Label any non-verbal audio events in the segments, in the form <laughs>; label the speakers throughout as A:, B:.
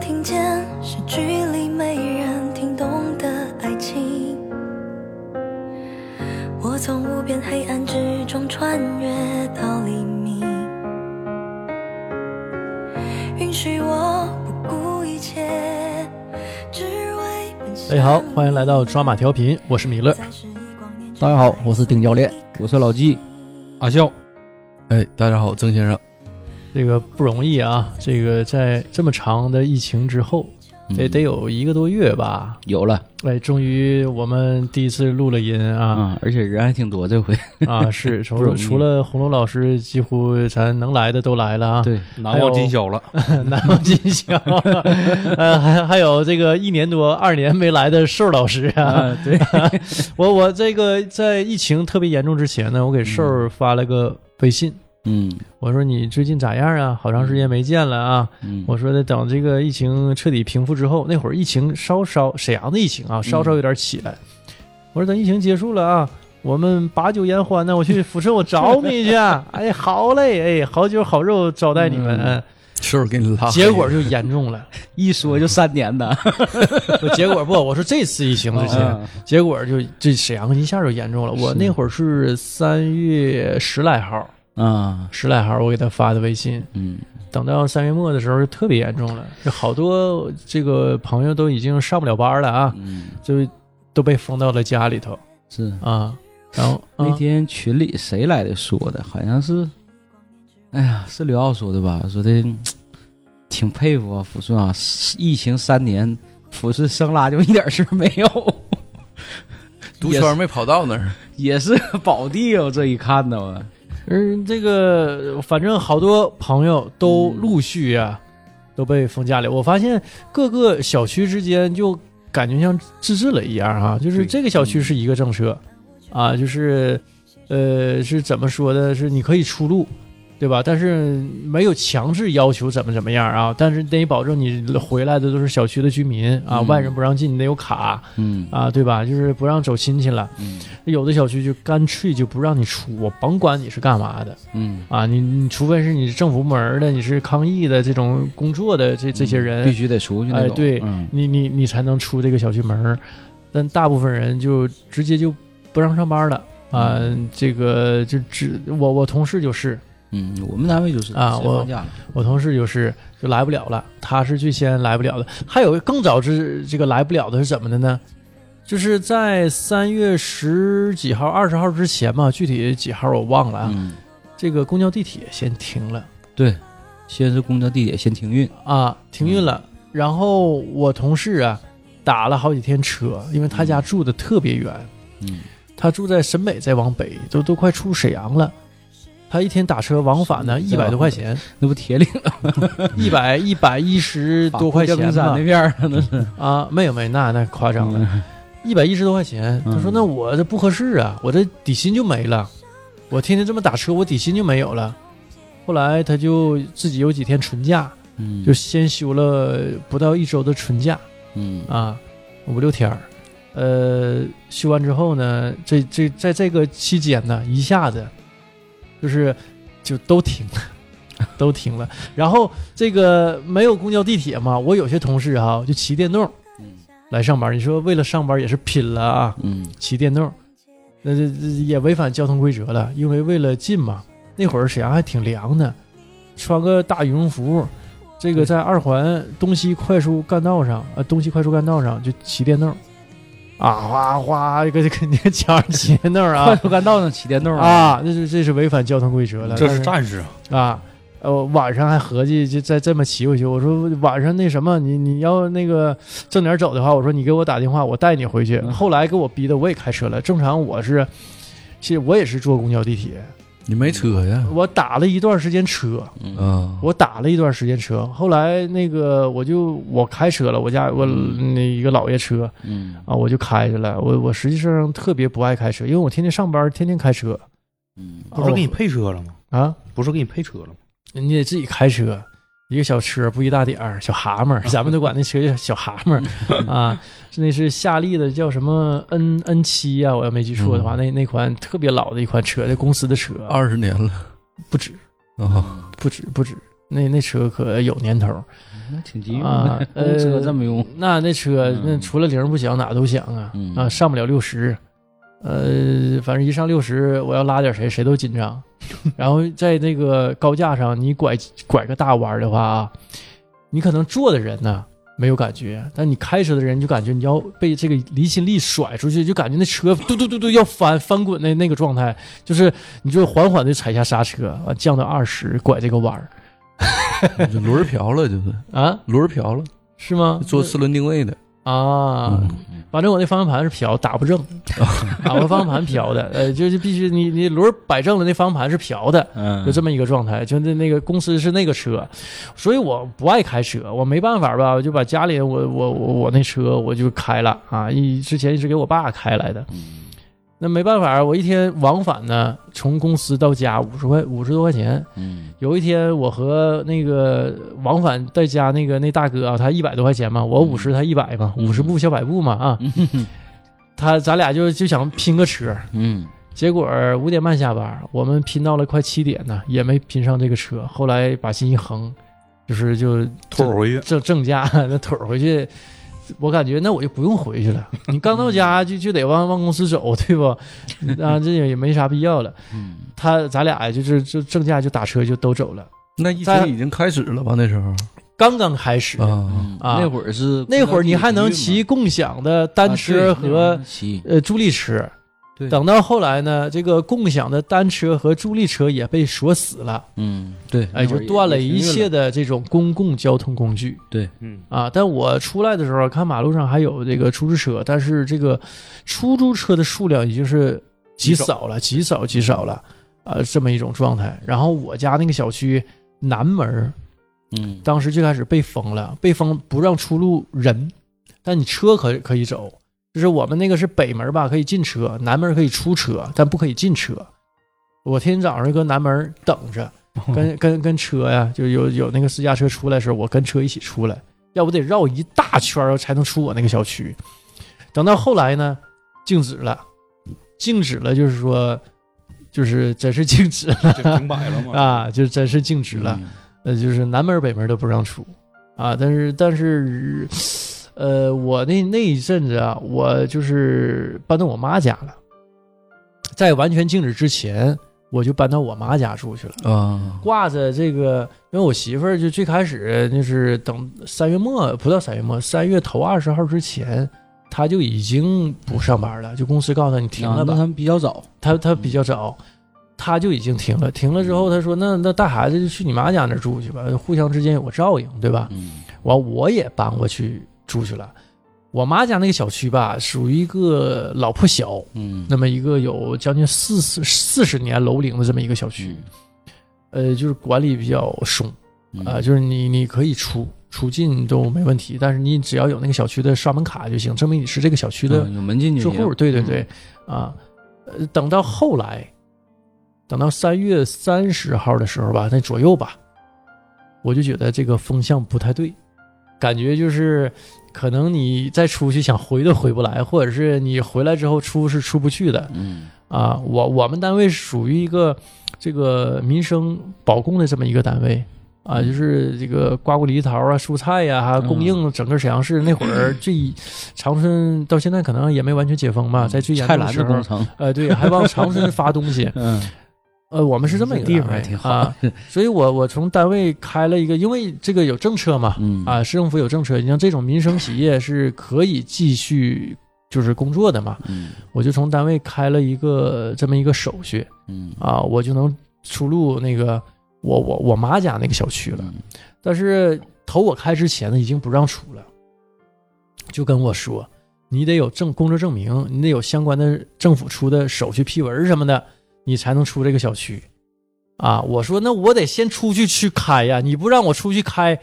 A: 听见是剧里没人听懂的爱情。我从无边黑暗之中穿越到黎明，允许我不顾一切，只为奔向
B: 大家
C: 哎
B: 哎好，欢迎来到抓马调频，我是米勒。
C: 大家好，我是丁教练，我是老纪。
D: 阿笑，
E: 哎，大家好，曾先生。
B: 这个不容易啊，这个在这么长的疫情之后，哎得得有一个多月吧。
C: 有了
B: 哎，终于我们第一次录了音啊
C: 啊、而且人还挺多，这回
B: 啊！是，
C: 不
B: 除
C: 容易
B: 除了红楼老师，几乎咱能来的都来了啊。
C: <laughs> 对
D: 难忘今宵了。
B: <laughs> 难忘今宵。呃，还还有这个一年多、二年没来的瘦老师
C: 嗯
B: 啊，
C: <laughs>
B: 对我我这个在疫情特别严重之前呢，我给瘦发了个微信，
C: 嗯
B: 我说你最近咋样啊？好长时间没见了啊！
C: 嗯，
B: 我说的等这个疫情彻底平复之后，那会儿疫情稍稍沈阳的疫情啊，稍稍有点起来。我说等疫情结束了啊，我们把酒言欢呢，我去抚顺，我找你去。哎，好嘞，哎，好酒好肉招待你们。嗯
E: 是不是给你拉黑
B: 结果就严重了。 <laughs>
C: 一说就三年的，
B: 不结果不，我说这次疫情
C: 嗯
B: 之前，结果就这沈阳一下就严重了。我
C: 啊是
B: 那会儿是三月十来号，
C: 啊，
B: 十来号我给他发的微信，
C: 嗯
B: 等到三月末的时候就特别严重了，就好多这个朋友都已经上不了班了啊，
C: 嗯，
B: 就都被封到了家里头
C: 是
B: 啊。然后
C: 那
B: 啊
C: 天群里谁来的说的，好像是，哎呀，是刘奥说的吧？说的嗯挺佩服啊，抚顺啊，疫情三年，抚顺生拉就一点事儿没有，
E: <laughs> 毒圈没跑到那儿，
C: 也是宝地哦，这一看呢，我
B: 嗯，这个反正好多朋友都陆续啊、
C: 嗯
B: 都被封家里。我发现各个小区之间就感觉像自治了一样哈、就是
C: 对嗯
B: 这个小区是一个政策，啊，就是呃是怎么说的？是你可以出路。对吧？但是没有强制要求怎么怎么样啊，但是得保证你回来的都是小区的居民啊，
C: 嗯
B: 外人不让进，你得有卡
C: 嗯
B: 啊，对吧？就是不让走亲戚了。
C: 嗯
B: 有的小区就干脆就不让你出，我甭管你是干嘛的，
C: 嗯，
B: 啊，你你除非是你是政府部门儿的，你是抗疫的这种工作的这这些人，
C: 嗯必须得出去那
B: 哎
C: 种，
B: 对
C: 嗯
B: 你你你才能出这个小区门儿。但大部分人就直接就不让上班了啊，这个就只我我同事就是，
C: 嗯，我们单位就是
B: 啊
C: 直接
B: 我
C: 放假了，
B: 我同事就是就来不了了，他是最先来不了的。还有更早之这个来不了的是怎么的呢？就是在三月十几号、二十号之前嘛，具体几号我忘了啊。
C: 嗯，
B: 这个公交、地铁先停了。
C: 对，先是公交、地铁先停运，
B: 啊，停运了。
C: 嗯
B: 然后我同事啊，打了好几天车，因为他家住的特别远，
C: 嗯
B: 他住在沈北，再往北都都快出沈阳了。他一天打车往返呢，一
C: 嗯再
B: 百
C: 往北
B: 多块钱，
C: 那不铁岭
B: <laughs> 一百一百一十多块
C: 法国
B: 钱
C: 将军山
B: 吧
C: 那？边儿
B: <laughs>
C: 了，那是
B: 啊，没有没有，那那夸张了，一百一十多块钱。他说：“
C: 嗯
B: 那我这不合适啊，我这底薪就没了，我天天这么打车，我底薪就没有了。”后来他就自己有几天纯假，
C: 嗯
B: 就先休了不到一周的纯假，
C: 嗯
B: 啊，五六天儿，呃，休完之后呢，这这在这个期间呢，一下子就是就都停了， <laughs> 都停了。然后这个没有公交地铁嘛，我有些同事哈、就骑电动
C: 嗯
B: 来上班。你说为了上班也是拼了啊，
C: 嗯
B: 骑电动，那这这也违反交通规则了，因为为了近嘛，那会儿沈阳还挺凉的，穿个大羽绒服，这个在二环东西快速干道上，呃，东西快速干道上就骑电动，啊哗哗，这个这个 <laughs> 你看墙上骑电动
C: 快
B: 啊
C: 速干道上骑电动儿，
B: 啊，这是这是违反交通规则了，
D: 这
B: 但
D: 是战士啊，
B: 啊。呃，晚上还合计就再这么骑回去。我说晚上那什么，你你要那个正点走的话，我说你给我打电话，我带你回去。
C: 嗯
B: 后来给我逼的我也开车了。正常我是，其实我也是坐公交地铁，
E: 你没车呀？
B: 我打了一段时间车，
C: 嗯
E: 嗯，
B: 我打了一段时间车。后来那个我就我开车了，我家我那一个姥爷车
C: 嗯
B: 啊，我就开着了。我我实际上特别不爱开车，因为我天天上班，天天开车。
C: 嗯
D: 不是给你配车了吗？
B: 啊，
D: 不是给你配车了吗？
B: 你得自己开车，一个小车不一大点儿，小蛤
D: <laughs>
B: 蟆儿，咱们都管那车叫小蛤蟆儿啊，是那是夏利的叫什么 N N 七啊，我要没记错的
D: 嗯
B: 话，那那款特别老的一款车，那公司的车，啊
E: 二十年了
B: 不止
E: 啊，
B: 不止不止，那那车可有年头儿
C: 那挺急用
B: 啊
C: 的， <laughs>
B: 呃
C: 公车这么用，
B: 那那车
C: 嗯
B: 那除了铃不响哪都响啊、
C: 嗯
B: 啊，上不了六十，呃，反正一上六十，我要拉点谁谁都紧张。 <laughs> 然后在那个高架上，你拐拐个大弯儿的话啊，你可能坐的人呢没有感觉，但你开车的人就感觉你要被这个离心力甩出去，就感觉那车嘟嘟嘟嘟要翻翻滚的那个状态，就是你就缓缓的踩下刹车，完降到二十拐这个弯儿
E: 就轮儿瓢了，就是
B: 啊，
E: 轮儿瓢了，
B: 是吗？
E: 做四轮定位的，
B: 啊。
E: 嗯
B: 反正我那方向盘是瓢，打不正，啊，我方向盘瓢的，呃，就是必须你你轮儿摆正了，那方向盘是瓢的，
C: 嗯
B: 就这么一个状态。就那那个公司是那个车，所以我不爱开车，我没办法吧，我就把家里我我我我那车我就开了啊，一之前一直给我爸开来的，那没办法，我一天往返呢，从公司到家五十块五十多块钱，
C: 嗯
B: 有一天，我和那个往返在家那个那大哥啊，他一百多块钱嘛，我五十，他一百嘛，
C: 嗯
B: 五十步笑百步嘛
C: <laughs>
B: 啊，他咱俩就就想拼个车，
C: 嗯
B: 结果五点半下班，我们拼到了快七点呢，也没拼上这个车，后来把心一横，就是就
D: 退回去，
B: 正正价那腿儿回去，我感觉那我就不用回去了。
C: <laughs>
B: 你刚到家就就得往往公司走，对吧？ <laughs> 啊，这也没啥必要了。
C: 嗯，
B: 他咱俩呀就是就正价就打车就都走了。
E: 那疫
B: 在
E: 情已经开始了吧？那时候
B: 刚刚开始，
E: 啊，
C: 嗯
B: 啊
C: 那会儿是
B: 那会儿你还能骑共享的
C: 啊
B: 单车和、
C: 骑，
B: 呃助力车
C: 对。
B: 等到后来呢，这个共享的单车和助力车也被锁死了，
C: 嗯，对，
B: 哎，就断了一切
C: 的，
B: 的这种公共交通工具
D: 嗯，
B: 啊。但我出来的时候看马路上还有这个出租车，但是这个出租车的数量已经是极少了，极少极少了，呃，这么一种状态。然后我家那个小区南门儿
C: 嗯，
B: 当时最开始被封了，被封不让出入人，但你车可可以走。就是我们那个是北门吧，可以进车；南门可以出车，但不可以进车。我天天早上搁南门等着，跟跟跟车呀，就有有那个私家车出来的时候，我跟车一起出来，要不得绕一大圈儿才能出我那个小区。等到后来呢，禁止了，禁止了，就是说，就是真是禁止了
D: 这停摆了嘛，
B: 啊，就真是禁止了。
C: 嗯，
B: 呃，就是南门儿北门儿都不让出啊。但是但是，呃，我那那一阵子啊，我就是搬到我妈家了，在完全禁止之前，我就搬到我妈家住去了。
E: 啊，
B: 挂着这个，因为我媳妇儿就最开始就是等三月末，不到三月末，三月头二十号之前，她就已经不上班了，就公司告诉她你停
C: 啊
B: 了吧
C: 那。他们比较早，
B: 他他
C: 嗯
B: 比较早，他就已经停了。停了之后，他说：“那那带孩子就去你妈家那儿住去吧，互相之间有个照应，对吧
C: 嗯？”
B: 完，我也搬过去住去了。我妈家那个小区吧，属于一个老破小，
C: 嗯，
B: 那么一个有将近四十四十年楼龄的这么一个小区，呃，就是管理比较松
C: 嗯
B: 啊、就是你你可以出出进都没问题，但是你只要有那个小区的刷门卡就行，证明你是这个小区的
C: 嗯有门禁就
B: 住
C: 行
B: 户，对对对，，啊，呃，等到后来，等到三月三十号的时候吧，那左右吧，我就觉得这个风向不太对，感觉就是可能你再出去想回都回不来，或者是你回来之后出是出不去的
C: 嗯
B: 啊。我我们单位属于一个这个民生保供的这么一个单位。啊，
C: 嗯
B: 就是这个瓜果梨桃啊、蔬菜呀、还有供应整个沈阳市。那会
C: <laughs>
B: 儿最长春到现在可能也没完全解封吧，啊在最严
C: 蔡
B: 重的
C: 澜
B: 时
C: 的
B: 候
C: 工，程，。
B: 呃，对，还往长春发东西
C: <laughs> 嗯，
B: 呃，我们是这么一个
C: 地
B: 单
C: 方还
B: 位
C: 哎挺好
B: 啊，， <laughs> 所以我我从单位开了一个，因为这个有政策嘛，
C: 嗯
B: 啊，市政府有政策，你像这种民生企业是可以继续就是工作的嘛，
C: 嗯
B: 我就从单位开了一个这么一个手续
C: 嗯
B: 啊，我就能出入那个我我我妈家那个小区了。
C: 嗯
B: 但是头我开之前呢，已经不让出了，就跟我说，你得有证工作证明，你得有相关的政府出的手续批文什么的，你才能出这个小区。啊，我说那我得先出去去开呀，你不让我出去开，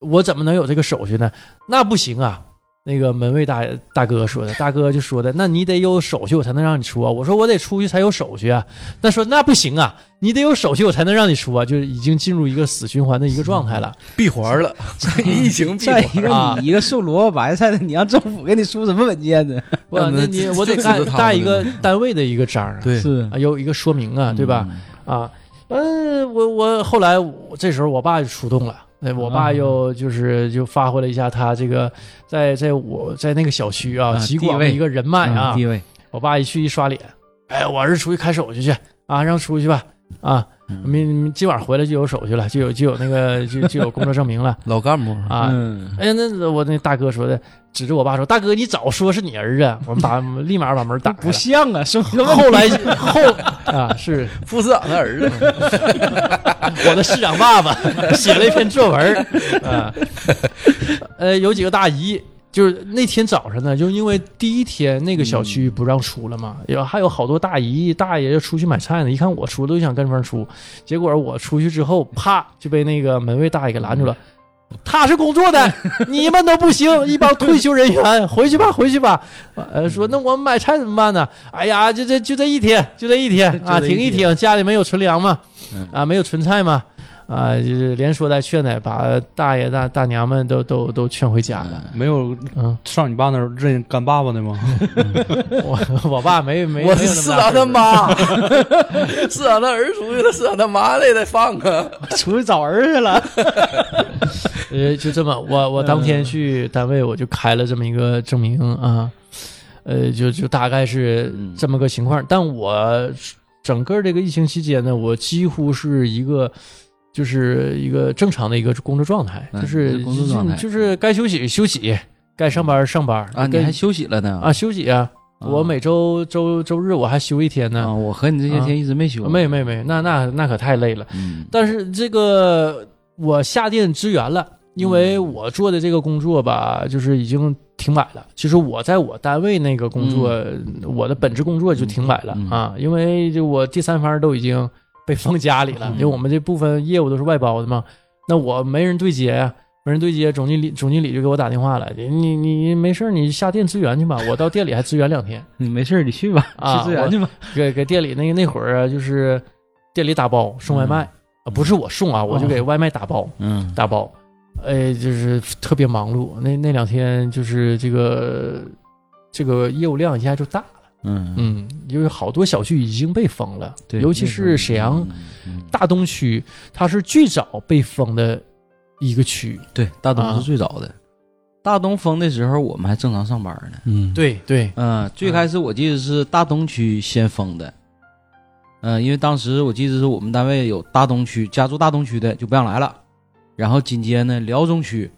B: 我怎么能有这个手续呢？那不行啊。那个门卫大大哥说的，大哥就说的，那你得有手续我才能让你出啊。我说我得出去才有手续啊。那说那不行啊，你得有手续我才能让你出啊，就是已经进入一个死循环的一个状态了。
E: 闭环了， <laughs> 疫情闭
C: 再一
E: 环了，
B: 啊
C: 个，你一个瘦萝卜白菜的，你让政府给你出什么文件呢？
B: 不，
E: 要不
B: 那
E: 然
B: 你
E: 就
B: 我得
E: 就死
B: 带
E: 个套
B: 带
E: 路
B: 一个单位的一个章啊，
E: 对，
C: 是嗯
B: 啊，有一个说明啊，对吧？？啊，呃，我我后来我这时候我爸就出动了，哎，我爸
C: 啊
B: 又就是就发挥了一下他这个在在我在那个小区啊
C: 啊
B: 极广的
C: 地位
B: 一个人脉啊
C: 嗯，地位，
B: 我爸一去一刷脸，哎，我儿子出去看手去去啊，让出去吧啊，
C: 嗯
B: 明明今晚回来就有手续了，就有就有那个就就有工作证明
C: <laughs>
B: 了
E: 老干部
B: 啊。
C: 嗯
B: 哎，那我那大哥说的，指着我爸说：“大哥，你早说是你儿子啊，我们把立马把门打开
C: 不
B: 了。
C: 像啊，说明
B: 后来后啊，是
E: 副市长的儿子，
B: 我的市长爸爸写了一篇作文儿啊，呃，有几个大姨，就是那天早上呢，就因为第一天那个小
C: 嗯
B: 区不让出了嘛，有还有好多大姨大爷就出去买菜呢，一看我出了就想跟风出，结果我出去之后，啪就被那个门卫大爷给拦住了。
C: 嗯
B: 他是工作的，
C: <laughs>
B: 你们都不行，一帮退休人员，回去吧，回去吧。呃，
C: 嗯
B: 说那我们买菜怎么办呢？哎呀，就这就这一天，就这一天啊，
C: <laughs> 就这一
B: 停一
C: 天
B: 停，家里没有存粮嘛
C: 嗯，
B: 啊，没有存菜嘛，啊，就是连说带劝的，把大爷大大娘们都都都劝回家了。
D: 没有
B: 嗯，
D: 上你爸那儿认干爸爸的吗？
B: 我 <laughs> 我爸没没，
E: 我
B: 没
E: 是
B: 有那
E: 市
B: 么大
E: 长
B: 岁
E: 他
B: 数，
E: 妈，市长的儿子出去了，市长他妈也得放啊。
C: 出去找儿子了。
B: 呃，就这么，我我当天去单位我就开了这么一个证明啊，呃，就就大概是这么个情况。但我整个这个疫情期间呢，我几乎是一个。就是一个正常的一个工作状态，
C: 嗯
B: 就是
C: 工作状态
B: 就是该休息休息，该上班上班
C: 啊，你
B: 该
C: 还休息了呢？
B: 啊，休息啊！
C: 啊
B: 我每周周周日我还休一天呢。
C: 啊，
B: 啊
C: 我和你这些天一直没休，
B: 没没没，那那那可太累了。
C: 嗯，
B: 但是这个我下店支援了，因为
C: 嗯
B: 我做的这个工作吧，就是已经停摆了。其实我在我单位那个工作，我的本职工作就停摆了
C: 嗯嗯嗯
B: 啊，因为就我第三方都已经被放家里了，
C: 嗯
B: 因为我们这部分业务都是外包的嘛，那我没人对接呀。没人对接，总经理总经理就给我打电话了，你你你没事儿你下店支援去吧，我到店里还支援两天。
C: 你没事儿你去吧，
B: 啊
C: 去自然去吧。
B: 给给店里那那会儿啊，就是店里打包送外卖、啊，不是我送啊，我就给外卖打包、
C: 嗯
B: 打包，哎，就是特别忙碌。那那两天就是这个这个业务量一下就大了，
C: 嗯，
B: 嗯，因为好多小区已经被封了，
C: 对，
B: 尤其是沈阳
C: 嗯
B: 大东区，它是最早被封的一个区。
C: 对大
B: 啊
C: 东是最早的。大东封的时候，我们还正常上班呢。
E: 嗯，
B: 对对，
C: 嗯，最开始我记得是大东区先封的，嗯，因为当时我记得是我们单位有大东区，家住大东区的就不让来了，然后紧接呢辽中区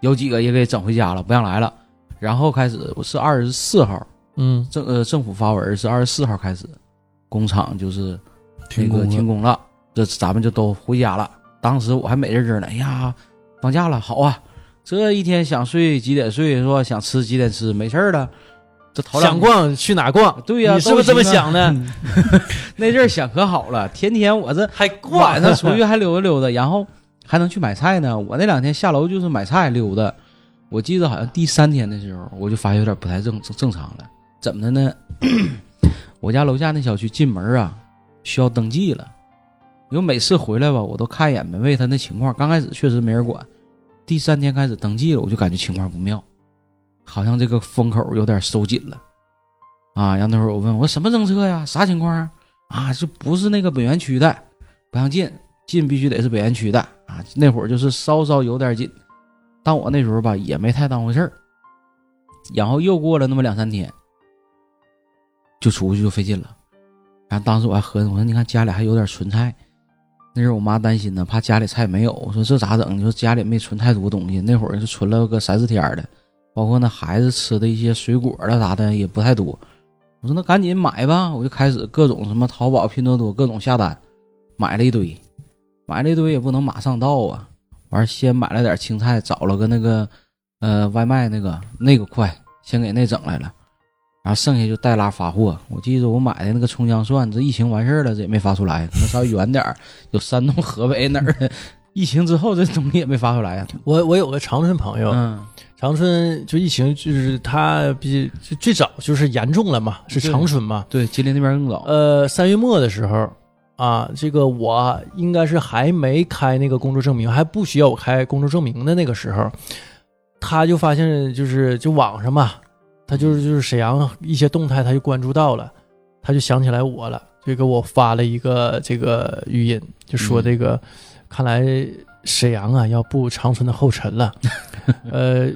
C: 有几个也给整回家了，不让来了，然后开始我是二十四号
B: 嗯
C: 政呃政府发文是二十四号开始，工厂就是那
E: 停工
C: 个
E: 了
C: 停工了，这咱们就都回家了。当时我还美滋滋呢，哎呀，放假了，好啊，这一天想睡几点睡是吧？想吃几点吃，没事儿了。这头两
B: 想逛去哪逛？
C: 对呀
B: 你是不是这么
C: 都行
B: 想
C: 啊
B: 的？
C: <laughs> 那阵儿想可好了，天天我这
B: 还
C: 晚上出去还溜达溜达，然后还能去买菜呢。我那两天下楼就是买菜溜达，我记得好像第三天的时候，我就发现有点不太正正正常了。 <clears throat> 怎么的呢？我家楼下那小区进门啊，需要登记了。因为每次回来吧，我都看一眼门卫他那情况。刚开始确实没人管，第三天开始登记了，我就感觉情况不妙，好像这个风口有点收紧了。啊，然后那会儿我问我说什么政策呀？啥情况啊？啊，这不是那个本园区的，不让进，进必须得是北园区的啊。那会儿就是稍稍有点紧，但我那时候吧也没太当回事儿。然后又过了那么两三天，就出去就费劲了。然后当时我还合计，我说你看家里还有点存菜，那时候我妈担心呢，怕家里菜没有。我说这咋整？你说家里没存太多东西，那会儿就存了个三四天儿的，包括那孩子吃的一些水果了啥的也不太多。我说那赶紧买吧，我就开始各种什么淘宝、拼多多各种下单，买了一堆，买了一堆也不能马上到啊。完，先买了点青菜，找了个那个呃外卖那个那个快，先给那整来了。然后剩下就带拉发货。我记得我买的那个葱姜蒜，这疫情完事儿了，这也没发出来，可能稍微远点儿，有山东、河北哪儿的。疫情之后，这东西也没发出来呀。
B: <laughs>
C: 啊
B: 我我有个长春朋友，
C: 嗯，
B: 长春就疫情，就是它比就最早就是严重了嘛，是
C: 对
B: 长春嘛。
C: 对，吉林那边更早。
B: 呃，三月末的时候啊，这个我应该是还没开那个工作证明，还不需要我开工作证明的那个时候，他就发现就是就网上嘛，他就是就是沈阳一些动态，他就关注到了，他就想起来我了，就给我发了一个这个语音，就说这个、看来沈阳啊要步长春的后尘了，呃，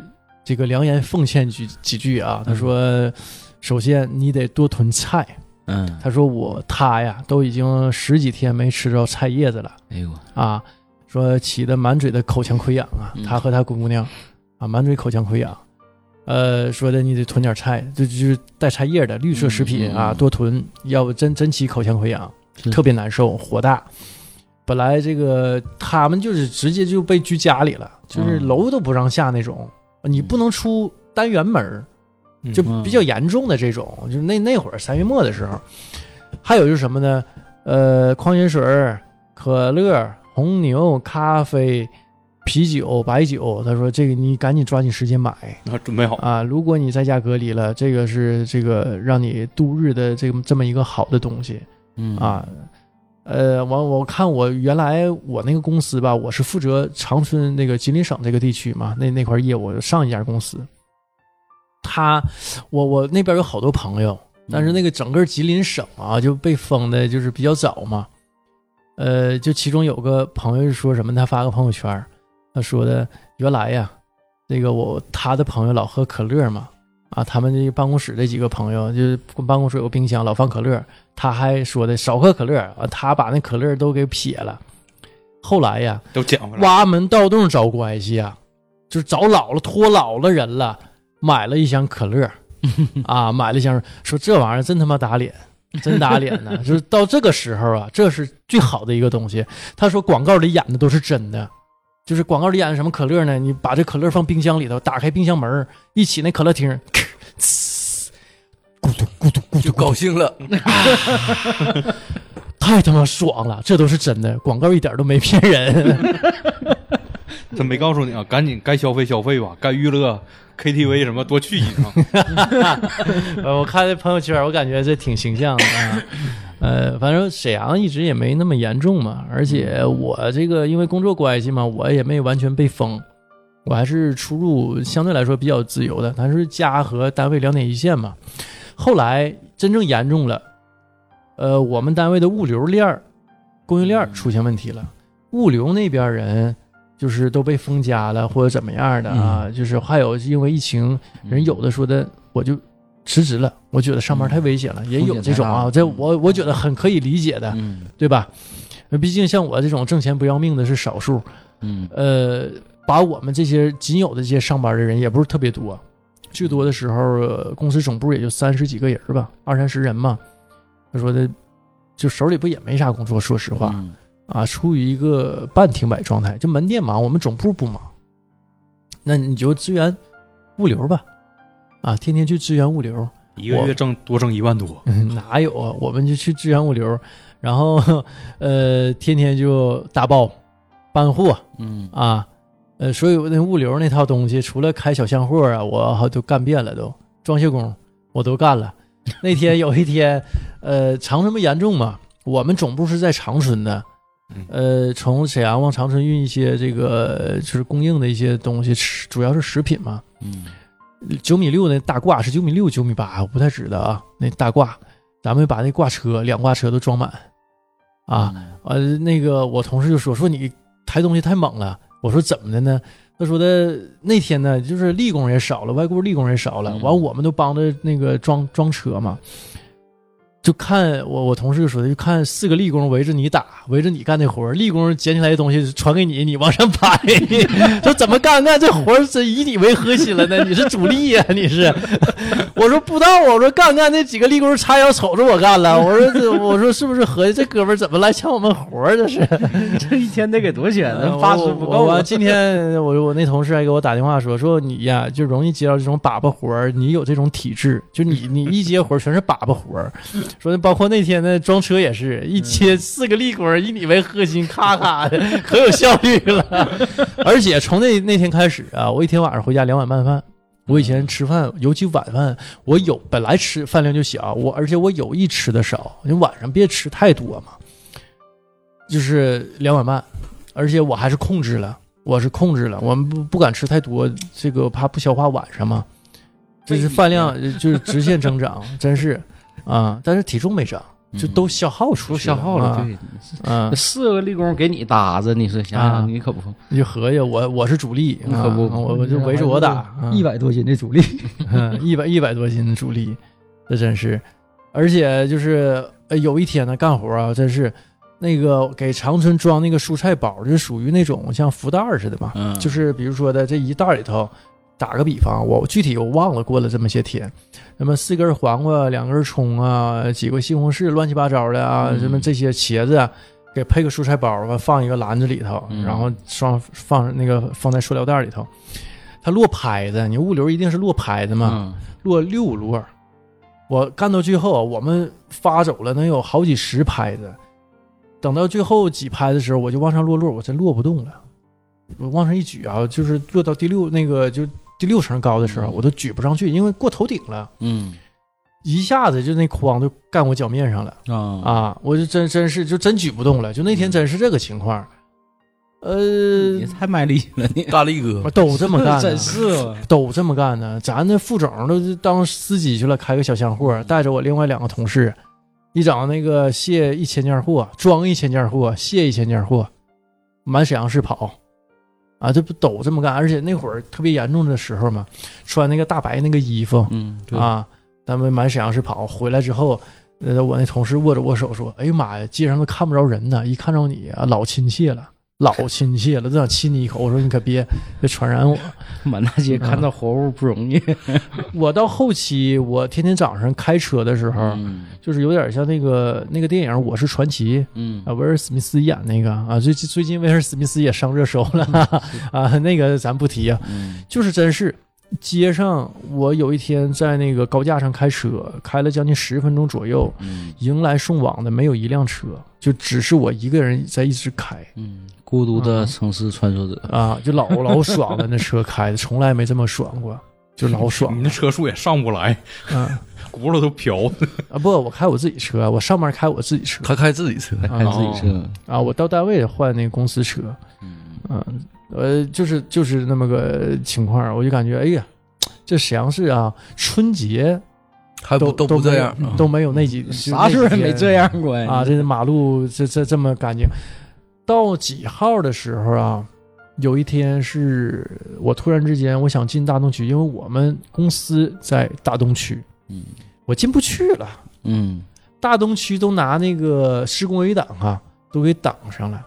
B: 这个良言奉劝几几句啊，他说，首先你得多囤菜，
C: 嗯，
B: 呃他说我他呀都已经十几天没吃着菜叶子了。
C: 哎呦，
B: 啊，说起的满嘴的口腔溃疡啊
C: 嗯，
B: 他和他姑娘啊，满嘴口腔溃疡。呃，说的你得囤点菜，就就是带菜叶的绿色食品啊，
C: 嗯嗯嗯
B: 多囤，要不真真起口腔溃疡，
C: 是
B: 特别难受，火大。本来这个他们就是直接就被居家里了，就是
C: 嗯
B: 楼都不让下那种，你不能出单元门儿，
D: 嗯
B: 就比较严重的这种，就是那那会儿三月末的时候，还有就是什么呢？呃，矿泉水儿、可乐、红牛、咖啡、啤酒、白酒，他说这个你赶紧抓紧时间买
D: 啊准备好，
B: 啊！如果你在家隔离了，这个是这个让你度日的这么这么一个好的东西
C: 嗯
B: 啊。呃，完我看我原来我那个公司吧，我是负责长春那个吉林省这个地区嘛，那那块业务上一家公司，他我我那边有好多朋友，但是那个整个吉林省啊就被封的就是比较早嘛，呃，就其中有个朋友说什么，他发个朋友圈儿，他说的原来呀，那个我他的朋友老喝可乐嘛，啊，他们这办公室这几个朋友就是办公室有个冰箱老放可乐，他还说的少喝可乐啊，他把那可乐都给撇了，后来呀，
D: 都捡回来。
B: 挖门盗洞找关系啊，就是找老了托老了人了，买了一箱可
D: <laughs>
B: 乐啊，买了一箱，说这玩意儿真他妈打脸，真打脸
D: <laughs>
B: 呢、就是到这个时候啊，这是最好的一个东西。他说广告里演的都是真的，就是广告里演的什么可乐呢？你把这可乐放冰箱里头，打开冰箱门儿一起那可乐听，咔 <laughs> 呲咕嘟咕嘟咕嘟
E: 就高兴了，
B: 太他妈爽了，这都是真的，广告一点都没骗人。
D: 这没告诉你啊，赶紧该消费消费吧，该娱乐 KTV 什么多去几趟。
B: 呃，我看这朋友圈，我感觉这挺形象的啊。呃，反正沈阳一直也没那么严重嘛，而且我这个因为工作关系嘛，我也没完全被封，我还是出入相对来说比较自由的。但是家和单位两点一线嘛。后来真正严重了，呃，我们单位的物流链儿、供应链儿出现问题了，物流那边人就是都被封家了或者怎么样的啊，就是还有因为疫情。人有的说的我就辞职了，我觉得上班太危险了，也有这种啊，
C: 嗯风险太大
B: 这
C: 了
B: 我我觉得很可以理解的，
C: 嗯
B: 对吧？呃毕竟像我这种挣钱不要命的是少数，
C: 嗯
B: 呃，把我们这些仅有的这些上班的人也不是特别多，最多的时候、呃公司总部也就三十几个人吧，二三十人嘛。他说的，就手里不也没啥工作，说实话，
C: 嗯
B: 啊，处于一个半停摆状态。就门店忙，我们总部不忙，那你就支援物流吧，啊，天天去支援物流。
D: 一个月挣多挣一万多，
B: 哪有啊？我们就去支援物流，然后呃，天天就打包、搬货
C: 嗯
B: 啊，呃，所以我那物流那套东西，除了开小箱货啊，我好都干遍了都，装卸工我都干了。那天有一天，呃，长春不严重嘛，我们总部是在长春的，呃，从沈阳往长春运一些这个就是供应的一些东西，吃主要是食品嘛。
C: 嗯
B: 九米六那大挂是九米六、九米八，我不太知道啊。那大挂，咱们把那挂车两挂车都装满啊。，
C: 嗯
B: 呃，那个我同事就说说你抬东西太猛了，我说怎么的呢？他说的那天呢，就是力工也少了，外国力工也少了，
C: 嗯
B: 完我们都帮着那个装装车嘛，就看我我同事就说的，就看四个力工围着你打，围着你干这活儿，力工捡起来的东西传给你，你往上拍， <laughs> 说怎么干干这活儿是以你为核心了呢？你是主力呀、你是。 <laughs> 我说不知道啊，我说干干那几个立功叉腰瞅着我干了，我说这我说是不是合计这哥们儿怎么来抢我们活儿？这是
C: 这 <laughs> 一天得给多钱
B: 呃
C: 呢？八十不
B: 我
C: 够
B: 我我
C: 啊！
B: 今天我我那同事还给我打电话说说你呀就容易接到这种粑粑活儿，你有这种体质，就你你一接活儿全是粑粑活
C: <laughs>
B: 儿，说包括那天的装车也是一
C: 嗯
B: 接四个立功儿以你为核心，咔咔 <laughs> 的可有效率了。
C: <laughs>
B: 而且从那那天开始啊，我一天晚上回家两碗半饭。我以前吃饭，尤其晚饭，我有本来吃饭量就小，我而且我有意吃的少，你晚上别吃太多嘛，就是两碗半，而且我还是控制了，我是控制了，我们不不敢吃太多，这个怕不消化晚上嘛， <laughs> 这是饭量就是直线增长，真是啊，但是体重没长，就都消耗出去
C: 嗯都消耗了。
B: 啊
C: 对，
B: 啊
C: 那，四个立功给你搭着，你说想
B: 啊
C: 想，你可不，
B: 你就合计我我是主力，
C: 你可不
B: 啊我我就围着我打，
C: 啊
F: 一百多斤的主力，
B: <laughs> 百一百一百多斤的主力，这真是，而且就是呃有一天呢干活啊，真是那个给长春装那个蔬菜包，就属于那种像福袋儿似的嘛，
C: 嗯，
B: 就是比如说的这一袋里头，打个比方，我具体我忘了过了这么些天，那么四根黄瓜、两根葱啊，几个西红柿，乱七八糟的啊，
C: 嗯
B: 什么这些茄子啊，给配个蔬菜包吧，放一个篮子里头，
C: 嗯
B: 然后双放那个放在塑料袋里头，它落拍子，你物流一定是落拍子嘛，
C: 嗯
B: 落六摞。我干到最后啊，我们发走了能有好几十拍子，等到最后几拍的时候，我就往上落落，我真落不动了。我往上一举啊，就是落到第六那个就第六层高的时候，
C: 嗯
B: 我都举不上去，因为过头顶了，
C: 嗯
B: 一下子就那筐就干我脚面上了。
C: 啊
B: 啊，我就真真是就真举不动了，就那天真是这个情况，呃
C: 嗯你，太卖力了，你
E: 大力哥，
B: 都这么
C: <laughs>
B: 干的
C: 真，是啊
B: 都这么干的。咱那副总都当司机去了，开个小箱货，带着我另外两个同事，一整那个卸一千件货，装一千件货，卸一千件货，满沈阳市跑。啊，这不都这么干？而且那会儿特别严重的时候嘛，穿那个大白那个衣服，
C: 嗯，对，
B: 啊，咱们满沈阳市跑回来之后，呃，我那同事握着我手说：“哎呀妈呀，街上都看不着人呢，一看着你啊，老亲切了，老亲切了，都想亲你一口。”我说：“你可别别传染我。
C: 满大街看到活物不容易，”
B: 我到后期，我天天早上开车的
C: <laughs>
B: 时候，
C: 嗯
B: 就是有点像那个那个电影《我是传奇》。
C: 嗯
B: 啊，威尔史密斯演那个啊，最近最近威尔史密斯也上热搜了 <laughs> 啊，那个咱不提啊，
C: 嗯
B: 就是真是街上，我有一天在那个高架上开车，开了将近十分钟左右，
C: 嗯
B: 迎来送往的没有一辆车，就只是我一个人在一直开
C: 嗯，孤独的城市穿梭者，
B: 啊，就老老爽了，那车开的从来没这么爽过，就老爽
D: <laughs> 你那车速也上不来，
B: 啊
D: 轱辘都飘。
B: 啊！不，我开我自己车，我上班开我自己车
E: 他开自己车，
C: 开自己车，
B: 啊，我到单位换那个公司车，
C: 哦嗯
B: 嗯、呃，就是就是那么个情况，我就感觉哎呀，这沈阳市啊，春节
E: 还
B: 都
E: 不都不
B: 没
E: 这
B: 有嗯
E: 样啊，嗯
B: 都没有那几
C: 啥时候也没这
B: 样。
C: 样过呀？
B: 啊，这马路这这这么干净。到几号的时候啊，有一天是我突然之间我想进大东区，因为我们公司在大东区，
C: 嗯
B: 我进不去了。
C: 嗯
B: 大东区都拿那个施工围挡啊，都给挡上了。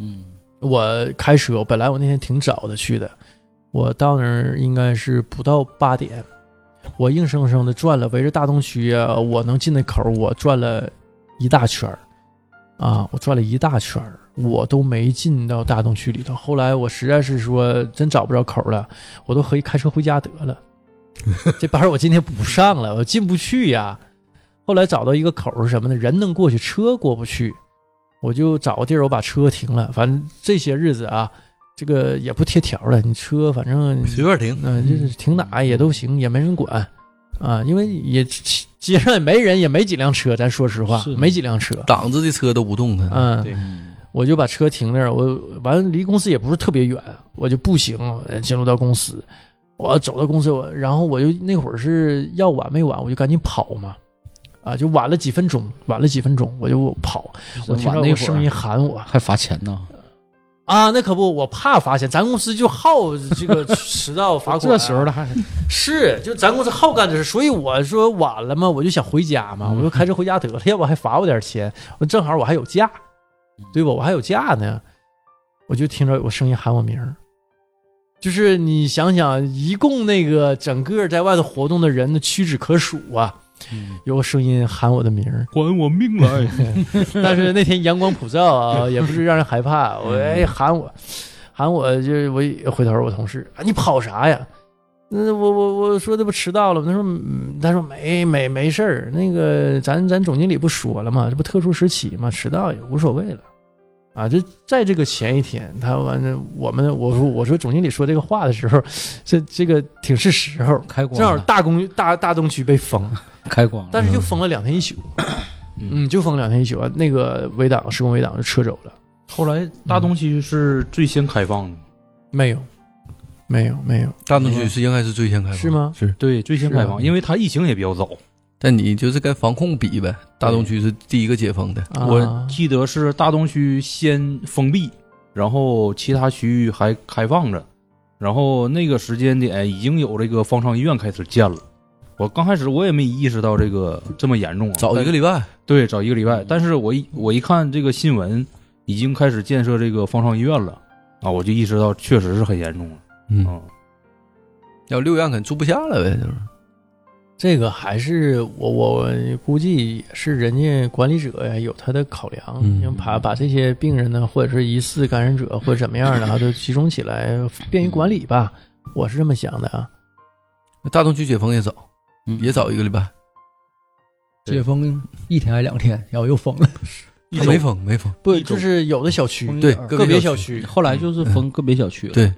C: 嗯
B: 我开车，本来我那天挺早的去的，我到那儿应该是不到八点，我硬生生的转了围着大东区啊，我能进的口儿我转了一大圈儿，啊，我转了一大圈儿，我都没进到大东区里头。后来我实在是说真找不着口儿了，我都合计开车回家得了，这班儿我今天不上了，我进不去呀。后来找到一个口儿是什么呢？人能过去，车过不去。我就找个地儿，我把车停了。反正这些日子啊，这个也不贴条了，你车反正
E: 随便停。
B: 嗯、就是停哪也都行，也没人管啊，因为也街上也没人，也没几辆车，咱说实话
C: 是，
B: 没几辆车。
E: 挡着的车都不动它，
B: 嗯，
D: 对
C: 嗯
B: 我就把车停那儿，我完离公司也不是特别远，我就步行呃进入到公司。我走到公司，我然后我就那会儿是要晚没晚，我就赶紧跑嘛，啊，就晚了几分钟，晚了几分钟，我就跑，我听
C: 晚
B: 到
C: 那
B: 有
C: 会
B: 声音
C: 儿
B: 喊我，
C: 还罚钱呢，
B: 啊，那可不，我怕罚钱，咱公司就好这个 <laughs> 迟到罚款。
C: 哦这时候了还
B: 是，就咱公司好干这事，所以我说晚了嘛，我就想回家嘛，我就开车回家得了，要不还罚我点钱，我正好我还有假，对吧？我还有假呢，我就听着有声音喊我名儿。就是你想想，一共那个整个在外头活动的人，那屈指可数啊，
C: 嗯
B: 有声音喊我的名儿。
D: <laughs> 还我命来！
B: <laughs> 但是那天阳光普照啊，也不是让人害怕。 <laughs> 我哎喊我，喊我就是我一回头，我同事啊，你跑啥呀？那我我我说这不迟到了吗？他说嗯他说没没没事儿，那个咱咱总经理不说了吗？这不特殊时期嘛，迟到也无所谓了。啊，这在这个前一天，他完了，我们我说我说总经理说这个话的时候，这这个挺是时候，
C: 开光
B: 正好
C: 了
B: 大公大大东区被封，
C: 开光了，
B: 但是就封了两天一宿，嗯，就封两天一宿啊。那个围挡施工围挡就撤走了，
D: <laughs> 后来大东区是最先开放的，
B: 没有，没有，没有，
E: 大东区是应该是最先开放，
B: 是吗？
E: 是
C: 嗯
D: 对，最先开
B: 是啊
D: 放，因为它疫情也比较早，
E: 但你就是跟防控比呗，大东区是第一个解封的，
B: 啊
D: 我记得是大东区先封闭，然后其他区域还开放着，然后那个时间点哎已经有这个方舱医院开始建了。我刚开始我也没意识到这个这么严重啊，
E: 早一个
D: 但
E: 礼拜，
D: 对早一个礼拜，但是我一我一看这个新闻，已经开始建设这个方舱医院了啊，我就意识到确实是很严重了
E: 嗯，
D: 啊。
E: 要六院可能住不下了呗，就是
B: 这个还是我我估计也是人家管理者呀有他的考量，
E: 嗯
B: 因为把把这些病人呢，或者是疑似感染者或者怎么样的啊，都集中起来，便于管理吧。我是这么想的啊。
E: 大东区解封也早，
B: 嗯
E: 也早一个礼拜，
D: 对
F: 解封一天还两天，然后又封了。
D: 一周
E: 没封没封，
B: 不，
D: 一
B: 就
D: 种
B: 是有的小区，
E: 对
B: 个嗯别
E: 小
B: 小区，
C: 后来就是分个别小区了，
E: 嗯对，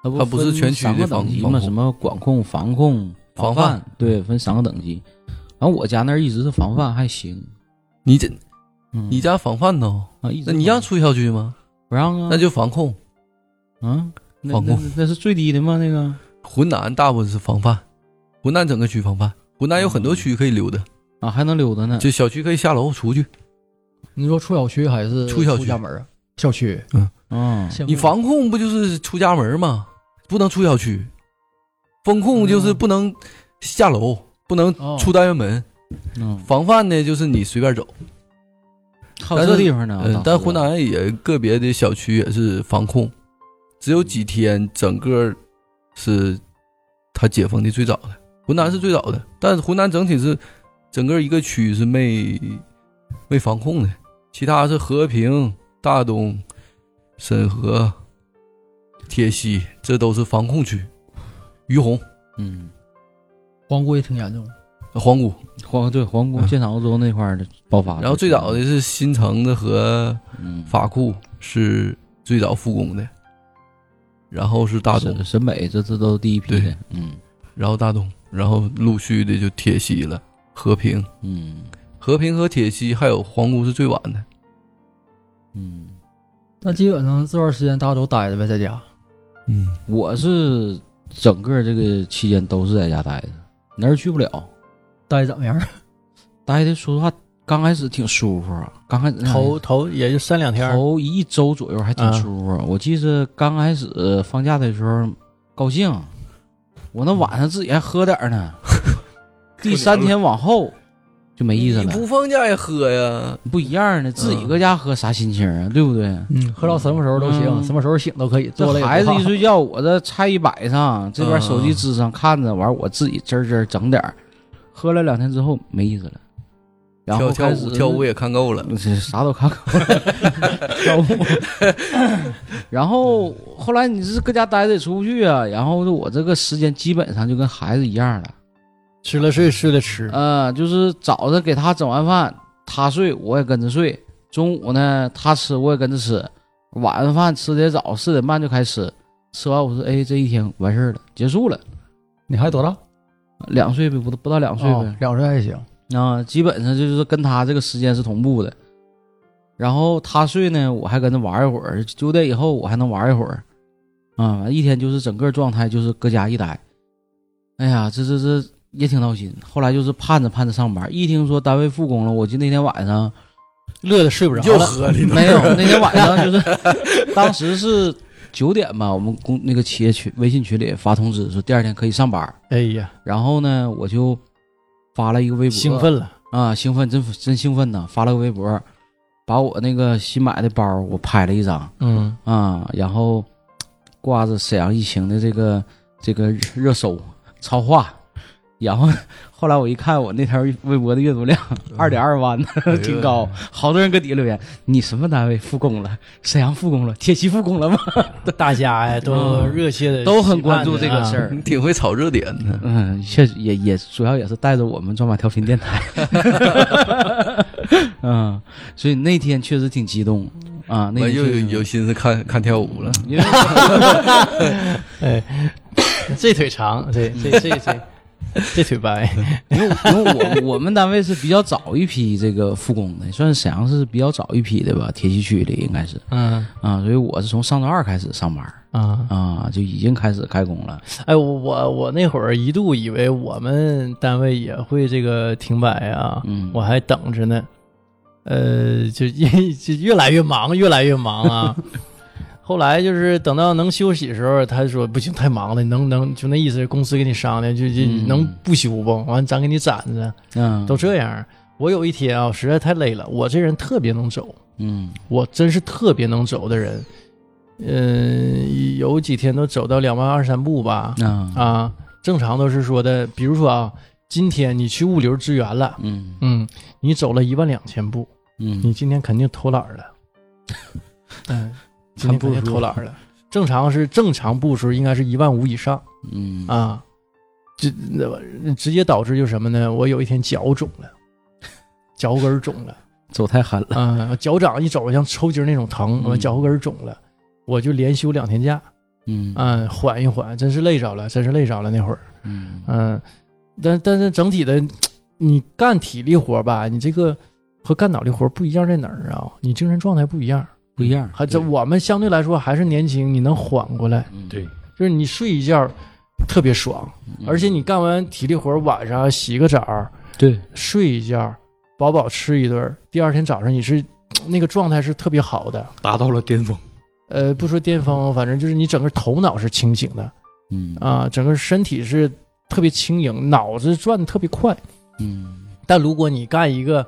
C: 它不
E: 它不是
C: 分
E: 全区的
C: 三个
E: 防
C: 等级
E: 防
C: 嘛？
E: 控
C: 什么管控、防控、
E: 防
C: 范
E: 范，嗯
C: 对，分三个等级。然后我家那儿一直是防范，还行。
E: 你这
C: 嗯
E: 你家防范呢？
C: 啊，一直
E: 那你让出小区吗？
C: 不让啊？
E: 那就防控。
C: 啊，那
E: 防控
C: 那那是最低的吗？那个
E: 湖南大部分是防范，湖南整个区防范，湖南有很多区可以溜达，
C: 啊，还能溜达呢？
E: 就小区可以下楼出去。
F: 你说出小区还是
E: 出小区
F: 家门啊？小区，
C: 啊，
F: 先
E: 你
F: 不
E: 防控不就是出家门吗？不能出小区，封控就是不能下楼，不能
F: 哦
E: 出单元门。
C: 嗯，
E: 防范呢，就是你随便走。
C: 还有这地方呢
E: 嗯、。
C: 啊当
E: 但
C: 时
E: 湖南也个别的小区也是防控，只有几天整个是它解封的最早的，湖南是最早的，但是湖南整体是整个一个区是没没防控的，其他是和平、大东、沈河、铁西，这都是防控区，于洪、
C: 嗯，
F: 皇姑也挺严重，
E: 皇姑，
C: 皇对皇宫
E: 嗯
C: 建长欧洲那块儿的爆发的，
E: 然后最早的是新城子和
C: 嗯
E: 法库是最早复工的，然后是大东
C: 沈，沈北，这这都是第一批
E: 对
C: 的。嗯
E: 然后大东，然后陆续的就铁西了，和平，
C: 嗯
E: 和平和铁西还有皇姑是最晚的。
C: 嗯，
F: 那基本上这段时间大家都待着呗，在家。
E: 嗯，
C: 我是整个这个期间都是在家待着，哪儿也去不了。
F: 待怎么样？
C: 待的说实话，刚开始挺舒服啊，刚开始那
B: 嗯
F: 嗯
B: 头头也就三两天儿，嗯
C: 头一周左右还挺舒服。啊我记得刚开始放假的时候高兴，我那晚上自己还喝点
B: <laughs>
C: 儿呢。第三天往后就没意思
E: 你
C: 了，
E: 不放假也喝呀？
C: 不一样呢。自己
B: 嗯
C: 搁家喝啥心情啊？对不对？
F: 嗯，喝到什么时候都行，
C: 嗯
F: 什么时候醒都可以。
C: 这
F: 坐了也不
C: 孩子
F: 怕
C: 一睡觉，我这菜一摆上，这边
E: 嗯
C: 手机支上看着，完我自己滋儿滋儿整点儿，喝了两天之后没意思了，然后
E: 跳跳
C: 开始嗯
E: 舞跳舞也看够了。
C: 这啥都看 <laughs> 过，跳舞。然后后来你是搁家待着也出不去啊，然后我这个时间基本上就跟孩子一样了，
B: 吃了睡，睡了吃，
F: 啊
C: 呃，就是早上给他整完饭，他睡我也跟着睡，中午呢他吃我也跟着吃，晚上饭吃的也早，四点半就开吃，吃完我说哎这一天完事儿了，结束了，
F: 你还多大？
B: 哦
C: 两岁呗，不不到两岁呗
F: 哦，两岁还行。
C: 啊、基本上就是跟他这个时间是同步的。然后他睡呢，我还跟他玩一会儿；九点以后，我还能玩一会儿。啊、一天就是整个状态就是搁家一待。哎呀，这这这也挺闹心。后来就是盼着盼着上班，一听说单位复工了，我记得那天晚
B: <laughs>
C: 上
B: 乐的睡不着
E: 又
B: 了。
E: 喝了， <laughs>
C: 没有，那天晚上就是 <laughs> 当时是九点吧，我们公那个企业群微信群里发通知说第二天可以上班。
B: 哎呀，
C: 然后呢，我就发了一个微博，
B: 兴奋了，
C: 啊，兴奋，真真兴奋呐！发了个微博，把我那个新买的包儿我拍了一张
B: 嗯，
C: 啊，然后挂着沈阳疫情的这个这个热搜超话，然后后来我一看我那条微博的阅读量
E: 嗯
C: 二点二万呢，
E: 哎
C: 挺高，好多人搁底下留言，你什么单位复工了？沈阳复工了？铁西复工了吗？
B: 大家呀都
C: 嗯
B: 热切的
C: 都很关注这个
B: <laughs>
C: 事儿
E: 你。挺会炒热点的。
C: 嗯，确实也也主要也是带着我们专马调频电台， <laughs> 嗯，所以那天确实挺激动啊，那
E: 完
C: 天
E: 又
C: 确
E: 有
C: 实
E: 有心思看看跳舞了，
C: 因为
F: <laughs>
B: 这腿长，这哎
F: 嗯
B: 这这这这腿白，
C: 因为因为我我们单位是比较早一批这个复工的，算是沈阳市比较早一批的吧，铁西区里应该是
B: 嗯
C: 啊，所以我是从上周二开始上班，
B: 啊啊。
C: 啊，就已经开始开工了。
B: 哎，我我我那会儿一度以为我们单位也会这个停摆啊，
C: 嗯，
B: 我还等着呢。呃，就 <laughs> 越就越来越忙，越来越忙
C: <laughs>
B: 啊。后来就是等到能休息的时候，他说不行，太忙了，能能就那意思，公司跟你商量，就就
C: 嗯
B: 能不休不？完咱给你攒着，
C: 嗯
B: 都这样。我有一天啊，实在太累了，我这人特别能走，
C: 嗯
B: 我真是特别能走的人。嗯，有几天都走到两万二三步吧。
C: 啊
B: 啊，正常都是说的，比如说啊，今天你去物流支援了，
C: 嗯
B: 嗯，你走了一万两千步，你
C: 嗯
B: 今天肯定偷懒了，嗯，今天肯定偷懒了。正常是正常步数应该是一万五以上
C: 嗯
B: 啊，直那直接导致就是什么呢？我有一天脚肿了，脚后跟儿肿了。
C: 走太狠了。
B: 啊，脚掌一走像抽筋儿那种疼，我
C: 嗯
B: 脚后跟儿肿了，我就连休两天假，
C: 嗯
B: 嗯，缓一缓，真是累着了，真是累着了那会儿，
C: 嗯
B: 嗯，但但是整体的，你干体力活吧，你这个和干脑力活不一样在哪儿啊？你精神状态不一样，
C: 不一样，
B: 还这我们相对来说还是年轻，你能缓过来，
C: 嗯
D: 对，
B: 就是你睡一觉特别爽，
C: 嗯
B: 而且你干完体力活晚上洗个澡，
C: 对
B: 睡一觉，饱饱吃一顿儿，第二天早上你是那个状态是特别好的。
D: 达到了巅峰。
B: 呃，不说巅峰，反正就是你整个头脑是清醒的
C: 嗯
B: 啊，整个身体是特别轻盈，脑子转的特别快。
C: 嗯
B: 但如果你干一个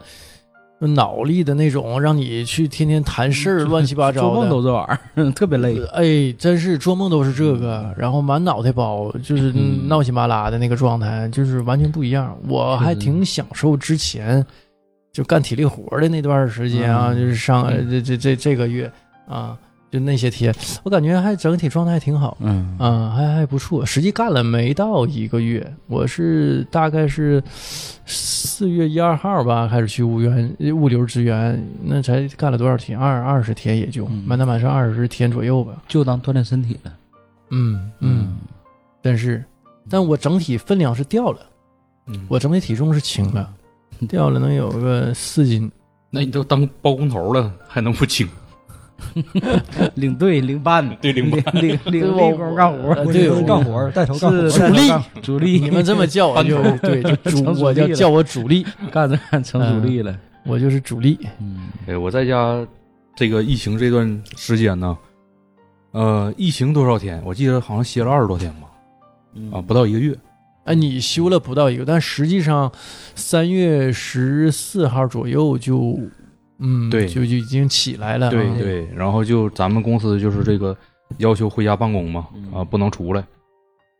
B: 呃脑力的那种，让你去天天谈事
C: 嗯
B: 儿，乱七八
C: 做
B: 糟
C: 梦
B: 的。
C: 都这玩意儿，特 <laughs> 别累。
B: 哎，真是做梦都是这个，然后满脑袋包，就是
C: 嗯
B: 闹心巴拉的那个状态，就是完全不一样。我还挺享受之前就干体力活的那段时间啊，
C: 嗯
B: 就是上呃这这这这个月啊，就那些天，我感觉还整体状态挺好。
C: 嗯
B: 啊，还还不错，实际干了没到一个月，我是大概是四月一二号吧开始去物源物流支援，那才干了多少天？二二十天也就
C: 嗯
B: 满打满算二十天左右吧。
C: 就当锻炼身体了。
B: 嗯嗯，但是，但我整体分量是掉了，
D: 嗯
B: 我整体体重是轻了，掉了能有个四斤。
D: 那你都当包工头了，还能不轻？
C: 嗯领队、领班、
D: 对领班
C: 领领领力工干活
B: 呃
C: 儿，
B: 对
F: 我
B: 我
F: 是干活儿，带头干活
C: 是
F: 儿，
B: 主力
C: 干活儿主力。
B: 你们
C: <laughs>
B: 这么叫我就对，就主
C: 成主
B: 我叫
C: 力了
B: 叫我主力，
C: 干着干成主力了。
B: 我就是主力。
C: 嗯
D: 哎，我在家 <laughs> 这个疫情这段时间呢，呃，疫情多少天？我记得好像歇了二十多天吧，啊，不到一个月。
B: 哎，你休了不到一个，但实际上三月十四号左右就，嗯，
D: 对
B: 就就已经起来了啊。
D: 对对，然后就咱们公司就是这个要求回家办公嘛，啊，不能出来。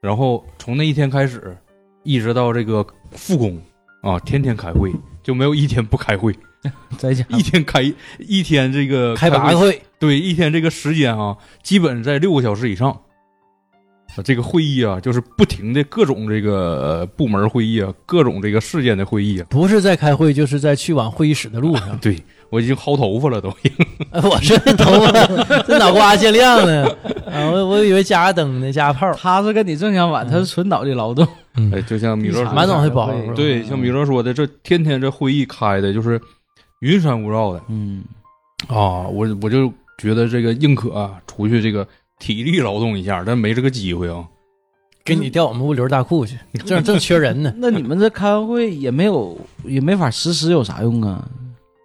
D: 然后从那一天开始，一直到这个复工啊，天天开会，就没有一天不开 <laughs> 会，
C: 在家
D: 一天开一天这个
B: 开八
D: 会
B: 个会，
D: 对，一天这个时间啊，基本在六个小时以上。啊这个会议啊，就是不停的各种这个呃部门会议啊，各种这个事件的会议啊。。
B: 不是在开会，就是在去往会议室的路上
D: 对我已经薅头发了都，
B: <laughs> 哎我这头发， <laughs> 这脑瓜见亮呢，啊，我我以为加灯呢，加炮。
C: 他是跟你正相反，他是纯脑力劳动，
D: 哎，就像米勒说
B: 满
D: 的，
B: 脑袋包。
C: 啊
D: 对，像米勒说的，这天天这会议开的就是云山雾绕的
C: 嗯。
D: 啊，我我就觉得这个宁可啊出去这个体力劳动一下，但没这个机会啊。
B: 给你调我们物流大库去， <laughs> 正正缺人呢
C: 那你们这开完会也没有，也没法实施，有啥用啊？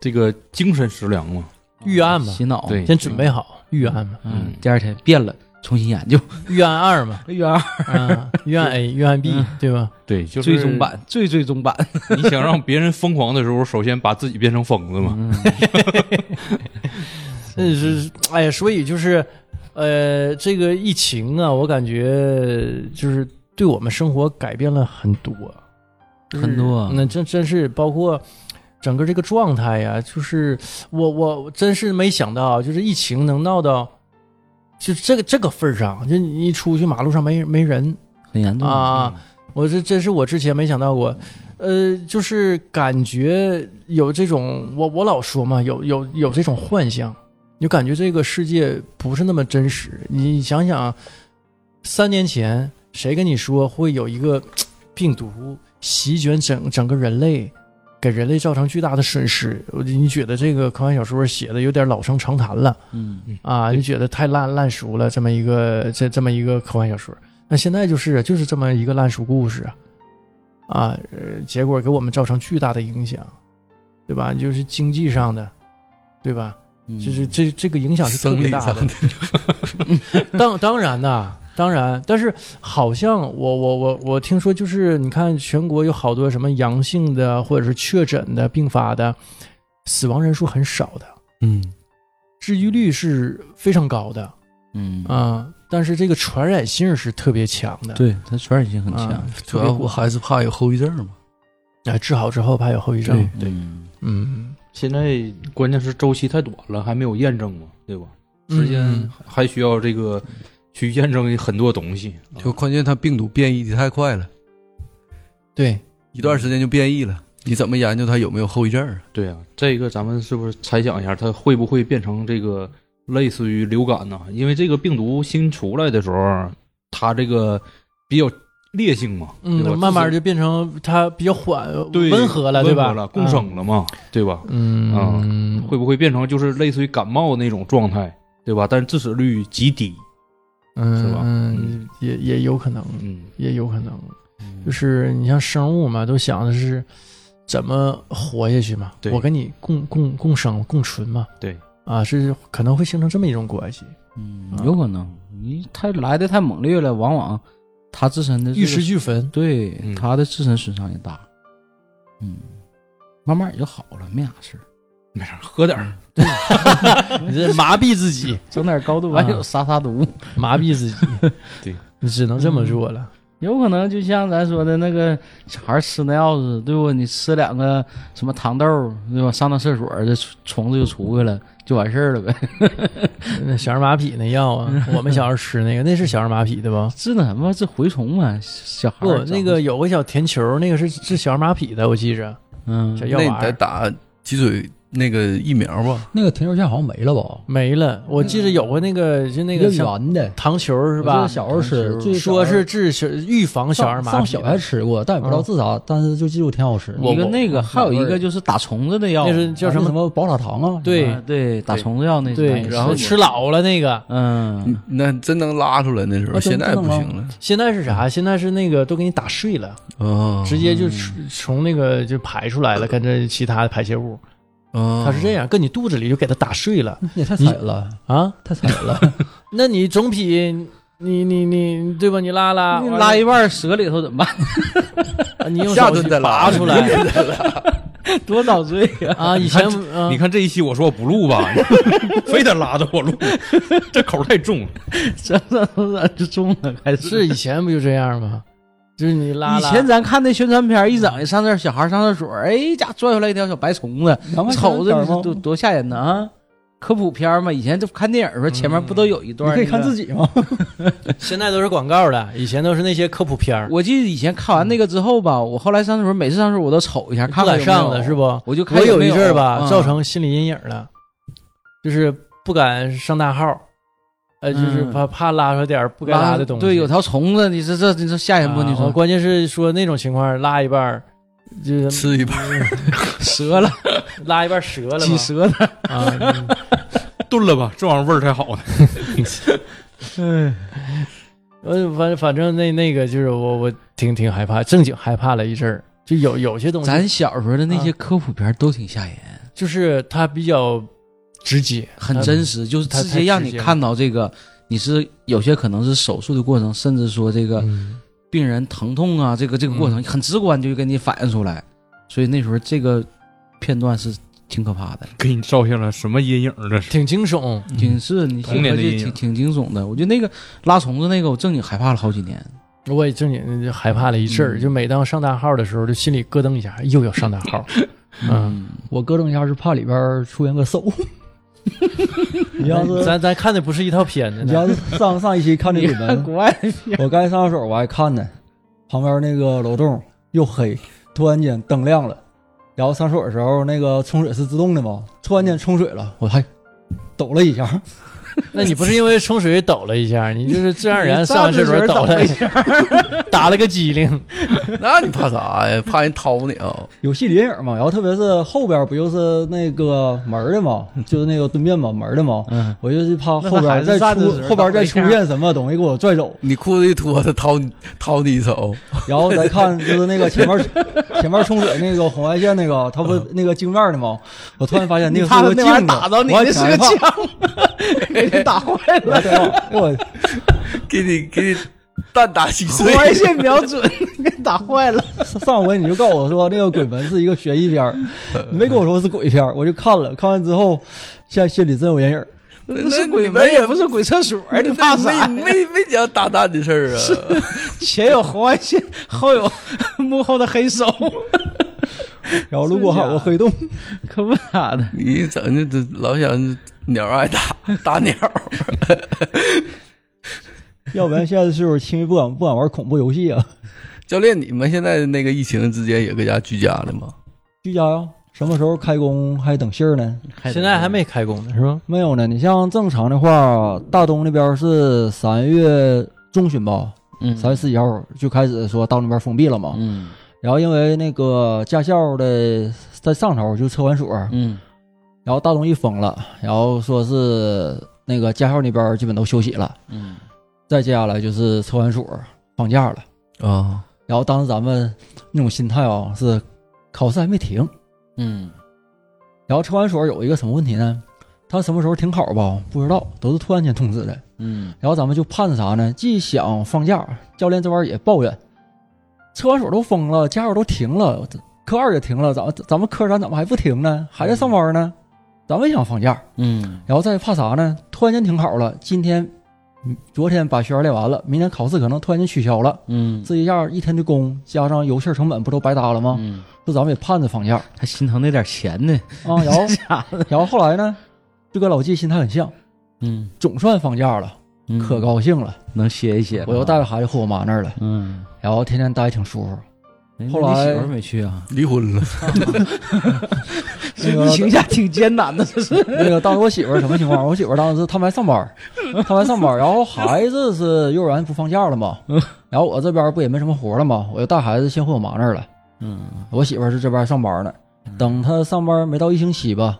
D: 这个精神食粮嘛，
B: 预案吧
C: 洗脑。
D: 对
B: 先准备好预案吧，
C: 嗯
D: 嗯，
C: 第二天变了，重新研究。
B: 预案二嘛，
C: 哎呀，
B: 啊，预案 A，预案 B，
C: 嗯
B: 对吧？
D: 对，就是
C: 最终。版，最最终版。
D: 你想让别人疯狂的时候，首先把自己变成疯子嘛。
C: 嗯
B: <laughs> 那是，哎呀，所以就是，呃，这个疫情啊，我感觉就是对我们生活改变了很多，就是
C: 很多啊
B: 那真真是包括整个这个状态呀、就是我我真是没想到，就是疫情能闹到就这个这个份儿上，就你一出去马路上没没人
C: 很严重
B: 啊，我这真是我之前没想到过。呃，就是感觉有这种，我我老说嘛，有有有这种幻象，你就感觉这个世界不是那么真实。你想想，三年前谁跟你说会有一个病毒席卷整整个人类，给人类造成巨大的损失。我你觉得这个科幻小说写的有点老生常谈了
C: 嗯
B: 啊？你觉得太烂烂熟了，这么一个这这么一个科幻小说。那现在就是就是这么一个烂熟故事啊，啊，呃结果给我们造成巨大的影响，对吧？就是经济上的，对吧？
C: 嗯
B: 就是这这个影响是特
E: 生
B: 别
E: 理
B: 大的
E: 上。的，
B: 当当然呐，当然，但是好像我我我我听说，就是你看全国有好多什么阳性的或者是确诊的并发的，死亡人数很少的，
E: 嗯，
B: 治愈率是非常高的
C: 嗯
B: 啊、，但是这个传染性是特别强的，
C: 对，它传染性很强
B: 啊，，
E: 主
B: 特别
E: 要我还是怕有后遗症嘛。
B: 啊治好之后怕有后遗症，
C: 对，
B: 嗯，
D: 现在关键是周期太短了，还没有验证嘛，对吧？时间
B: 嗯
D: 还需要这个去验证很多东西。
C: 哦
D: 啊
B: 嗯
E: 就关键它病毒变异的太快了，
B: 对，
E: 一段时间就变异了，你怎么研究它有没有后遗症啊？
D: 对啊，这个咱们是不是猜想一下，它会不会变成这个类似于流感呢？因为这个病毒新出来的时候，它这个比较烈性嘛，对吧
B: 嗯，慢慢就变成它比较缓
D: 对
B: 温和了，对吧？
D: 温和了共
B: 啊
D: 生了嘛，对吧？
B: 嗯，
D: 会不会变成就是类似于感冒那种状态，对吧？但是致死率极低。
B: 嗯
D: 是吧
B: 嗯，也也有可能，
D: 嗯，
B: 也有可能，就是你像生物嘛，都想的是怎么活下去嘛，
D: 对
B: 我跟你共共共生共存嘛，
D: 对，
B: 啊，是可能会形成这么一种关系，
C: 嗯，有可能你太来的太猛烈了，往往它自身的这个
B: 玉石俱焚。
C: 对
D: 嗯
C: 它的自身损伤也大，嗯，慢慢也就好了，没啥事儿。
D: 没事儿，喝点儿。
B: <laughs> 你这麻痹自己，
C: 整点高 <laughs> 度玩
B: 啊
C: 酒哎杀杀毒，
B: 麻痹
F: <laughs>
B: 自己，
D: 对
B: 你 <laughs> 只能这么做了。
C: 有可能就像咱说的那个小孩吃那药似的，对不？你吃两个什么糖豆儿，对吧？上趟厕所，这虫虫子就出去了，就完事儿了呗。 <laughs>
F: 嗯
B: 那小儿麻痹那药啊，我们小时候吃那个，那是小儿麻痹的吧？
C: 这那什么，这蛔虫嘛，小孩
B: 不
C: 儿，
B: 那个，有个小甜球，那个是治小儿麻痹的，我记着
C: 嗯
B: 小，药
E: 那你
B: 丸
E: 得
B: 儿
E: 打脊髓那个疫苗吧？
F: 那个甜球线好像没了吧？
B: 没了。我记着有个那个，就那
F: 一
B: 个像
F: 圆的
B: 糖球是
F: 是
B: 吧？
F: 小时候吃，最
B: 说
F: 小时候
B: 是治小预防小儿麻痹的，
F: 上小学吃过，但也不知道治啥，但是就记住挺好吃。
B: 我
C: 一个那个，还有一个就是打虫子的药，
B: 那是叫什
F: 什
B: 么？
F: 么宝塔糖啊？
B: 对
C: 啊对，打虫子药那是
B: 对，
C: 咱也
B: 然后
C: 试
B: 吃
C: 过，
B: 老了那个。
C: 嗯，哦
E: 那真能拉出来那时候，
F: 啊真
E: 现在不
F: 真能
E: 行了
B: 现在是啥？现在是那个都给你打碎了，
E: 啊
F: 嗯
B: 直接就从从那个就排出来了，跟着其他的排泄
F: 嗯
B: 物。
E: 啊，
B: 它是这样，跟你肚子里就给它打碎了
F: 你也太惨了，
B: 啊。
F: 太惨了。
B: 那你总比你你你对吧？你拉拉
C: 你拉一半儿蛇里头怎么办？
B: 啊你用
E: 下
B: 手
E: 顿
B: 去
E: 再
B: 拔
E: 拉
B: 出来 <laughs>
C: 多遭罪呀！
B: 啊！以
D: 看
B: 前啊
D: 你看这一期我说我不录吧， <laughs> 非得拉着我录， <laughs> 这口儿太重了。
C: 整整整整就中了，开始
B: 是以前不就这样吗？就是你拉
C: 以
B: 拉，
C: 前咱看那宣传片儿，一整一上那儿小孩儿上厕所，哎家拽回来一条小白虫子，瞅着你
F: 吗
C: 是？多多吓人呢啊！科普片儿嘛，以前就看电影
B: 嗯
C: 儿的时候，前面不都有一
F: 你
C: 段？
F: 可以看自
C: 己。
F: 己吗？
B: 现在都是广告的，以前都是那些科普片儿，
C: 我记得以前看完那个之后吧，我后来上厕所，每次上厕所我都瞅一下，看
B: 嗯不
C: 看
B: 敢
C: 有没有
B: 上了是？不？
C: 我就看
B: 我有
C: 没
B: 一
C: 有
B: 阵儿吧，
C: 嗯
B: 造成心理阴影了，就是不敢上大号，呃，就是
C: 嗯
B: 怕怕拉出点儿不该拉的东西。
C: 对，有条虫子，你这这你这吓人不？
B: 啊
C: 你
B: 我
C: <laughs> 说
B: 关键是说那种情况拉一半儿，就是
E: 吃一
C: <laughs>
E: 半儿，
C: 折了，
B: 拉一半儿折了
C: 挤
B: 嘛
C: 折了，
B: 啊，嗯
D: 炖了吧，这玩意儿味儿才好呢。
B: 呃，反反正那那个就是我我挺挺害怕，正经害怕了一阵儿。就有有些东西，
C: 咱小时候的那
B: 啊
C: 些科普片儿都挺吓人，
B: 就是它比较直接，
C: 很真实，就是
B: 它
C: 直接让你看到这个，你是有些可能是手术的过程，甚至说这个
B: 嗯
C: 病人疼痛啊，这个这个过程、很直观，就给你反映出来。所以那时候这个片段是挺可怕的，
D: 给你照下了什么阴影儿这是？
B: 挺惊悚。
C: 挺是你
D: 嗯童年的
C: 挺
D: 阴影
C: 挺挺惊悚的。我觉得那个拉虫子那个，我正经害怕了好几年。
B: 我也正经就害怕了一阵儿，
C: 嗯
B: 就每当上大号的时候，就心里咯噔一下，又要上大号。
C: <laughs>
B: 嗯，
F: 我咯噔一下是怕里边出现个手。你要
C: 嗯
B: <laughs>
F: 是
B: 咱咱看的不是一套片子
F: 你
B: 呢
F: 要，是上上一期看这
C: 你
F: 个
C: 看
F: 门，
C: 国外的片
F: 我刚才上厕所我还看呢，旁边那个楼栋又黑，突然间灯亮了，然后上厕所的时候那个冲水是自动的嘛，突然间冲水了，我还抖了一下，
B: 那你不是因为冲水抖了一下，你就是自然而然
C: <laughs> 你
B: 上完厕所
C: 上厕所
B: 抖
C: 抖
B: 了
C: 了
B: 一
C: 一
B: 下， <laughs> 打了个机灵，
E: 那你怕啥呀？怕人掏你啊？
F: 有戏里影嘛，然后特别是后边不就是那个门儿
C: <laughs>
F: 的嘛，就是那个蹲便嘛门儿的嘛，
C: 嗯，
F: 我就是怕后
B: 那孩
F: 边
B: 子
F: 再
B: 站着
F: 出
B: 时候
F: 后边再
B: 倒
F: 出
B: 霉呀
F: 现什么东西给我拽走，
E: 你裤子一脱，他掏你掏你一手，
F: 然后再看就是那个
C: <laughs>
F: 前面前面冲水那个红外线那个，它不那个镜面的吗？我突然发现那个
C: 嗯怕
F: 是
C: 那玩意
F: 镜
C: 儿
F: 子，
C: 打着你，
F: 我还
C: 那
F: 挺
C: 是个
F: 害怕
C: 枪， <laughs> 给你打坏
F: <laughs>
C: 了，
F: 我
E: 给你给你蛋打稀
C: 红 <laughs>
E: 碎。
C: 外线瞄准，给你打坏了。
F: 上回你就告诉我说那个鬼门是一个悬疑片儿，你没跟我说是鬼片儿，我就看了，看完之后现在心里真有阴影儿。
C: 不
E: 那
C: 是
E: 你
C: 鬼
E: 们
C: 门，
E: 也
C: 也不是鬼厕所，你怕
E: 那
C: 啥？
E: 没没没讲打蛋的事儿啊？ <laughs>
C: 前有红外线，后有 <laughs> 幕后的黑手，
F: 然后路过还有个黑洞，
C: 可不咋的。
E: 你整的这老想鸟爱打打鸟， <laughs>
F: <laughs> 要不然现在岁数轻易不敢不敢玩恐怖游戏 <laughs> 啊。
E: 教练，你们现在那个疫情之间也搁家居家了吗？
F: 居家呀，啊什么时候开工还等信儿呢？
B: 现在还没开工呢，是吧？
F: 没有呢。你像正常的话，大东那边是三月中旬吧，
C: 嗯
F: 三月十几号就开始说到那边封闭了嘛。
C: 嗯
F: 然后因为那个驾校的在上头就车管所，
C: 嗯
F: 然后大东一封了，然后说是那个驾校那边基本都休息了，
C: 嗯，
F: 再接下来就是车管所放假了。
C: 哦
E: 啊，
F: 然后当时咱们那种心态啊，是考试还没停，
C: 嗯，
F: 然后车管所有一个什么问题呢？他什么时候停考吧？不知道，都是突然间通知的。
C: 嗯，
F: 然后咱们就盼啥呢？既想放假，教练这玩意儿也抱怨，车管所都封了，驾校都停了，科二也停了，咱们咱们科三怎么还不停呢？还在上班呢？咱们也想放假，
C: 嗯，
F: 然后再怕啥呢？突然间停考了，今天、嗯昨天把学员练完了，明天考试可能突然间取消了，
C: 嗯，
F: 这一下一天的工加上油气成本，不都白搭了吗？
C: 嗯，
F: 这咱们也盼着放假
C: 还心疼那点钱呢，
F: 啊。
C: <laughs>
F: 然后，
C: 假的，
F: 然后后来呢，就跟老纪心态很像，
C: 嗯，
F: 总算放假了，可高兴了。
C: 能歇一歇。
F: 嗯我又带，着孩子回我妈那儿了，
C: 嗯，
F: 然后天天待挺舒服。
C: 后
F: 后来
C: 媳妇儿没去啊？
E: 离婚了，
F: 那个
C: 疫情下挺艰难的，这是。
F: 那个当时我媳妇儿什么情况？我媳妇儿当时他们还上班儿，他们还上班儿，然后孩子是幼儿园不放假了嘛，
C: 嗯
F: 然后我这边不也没什么活了嘛，我就带孩子先回我妈那儿了。
C: 嗯
F: 我媳妇儿是这边上班呢，等她上班没到一星期吧，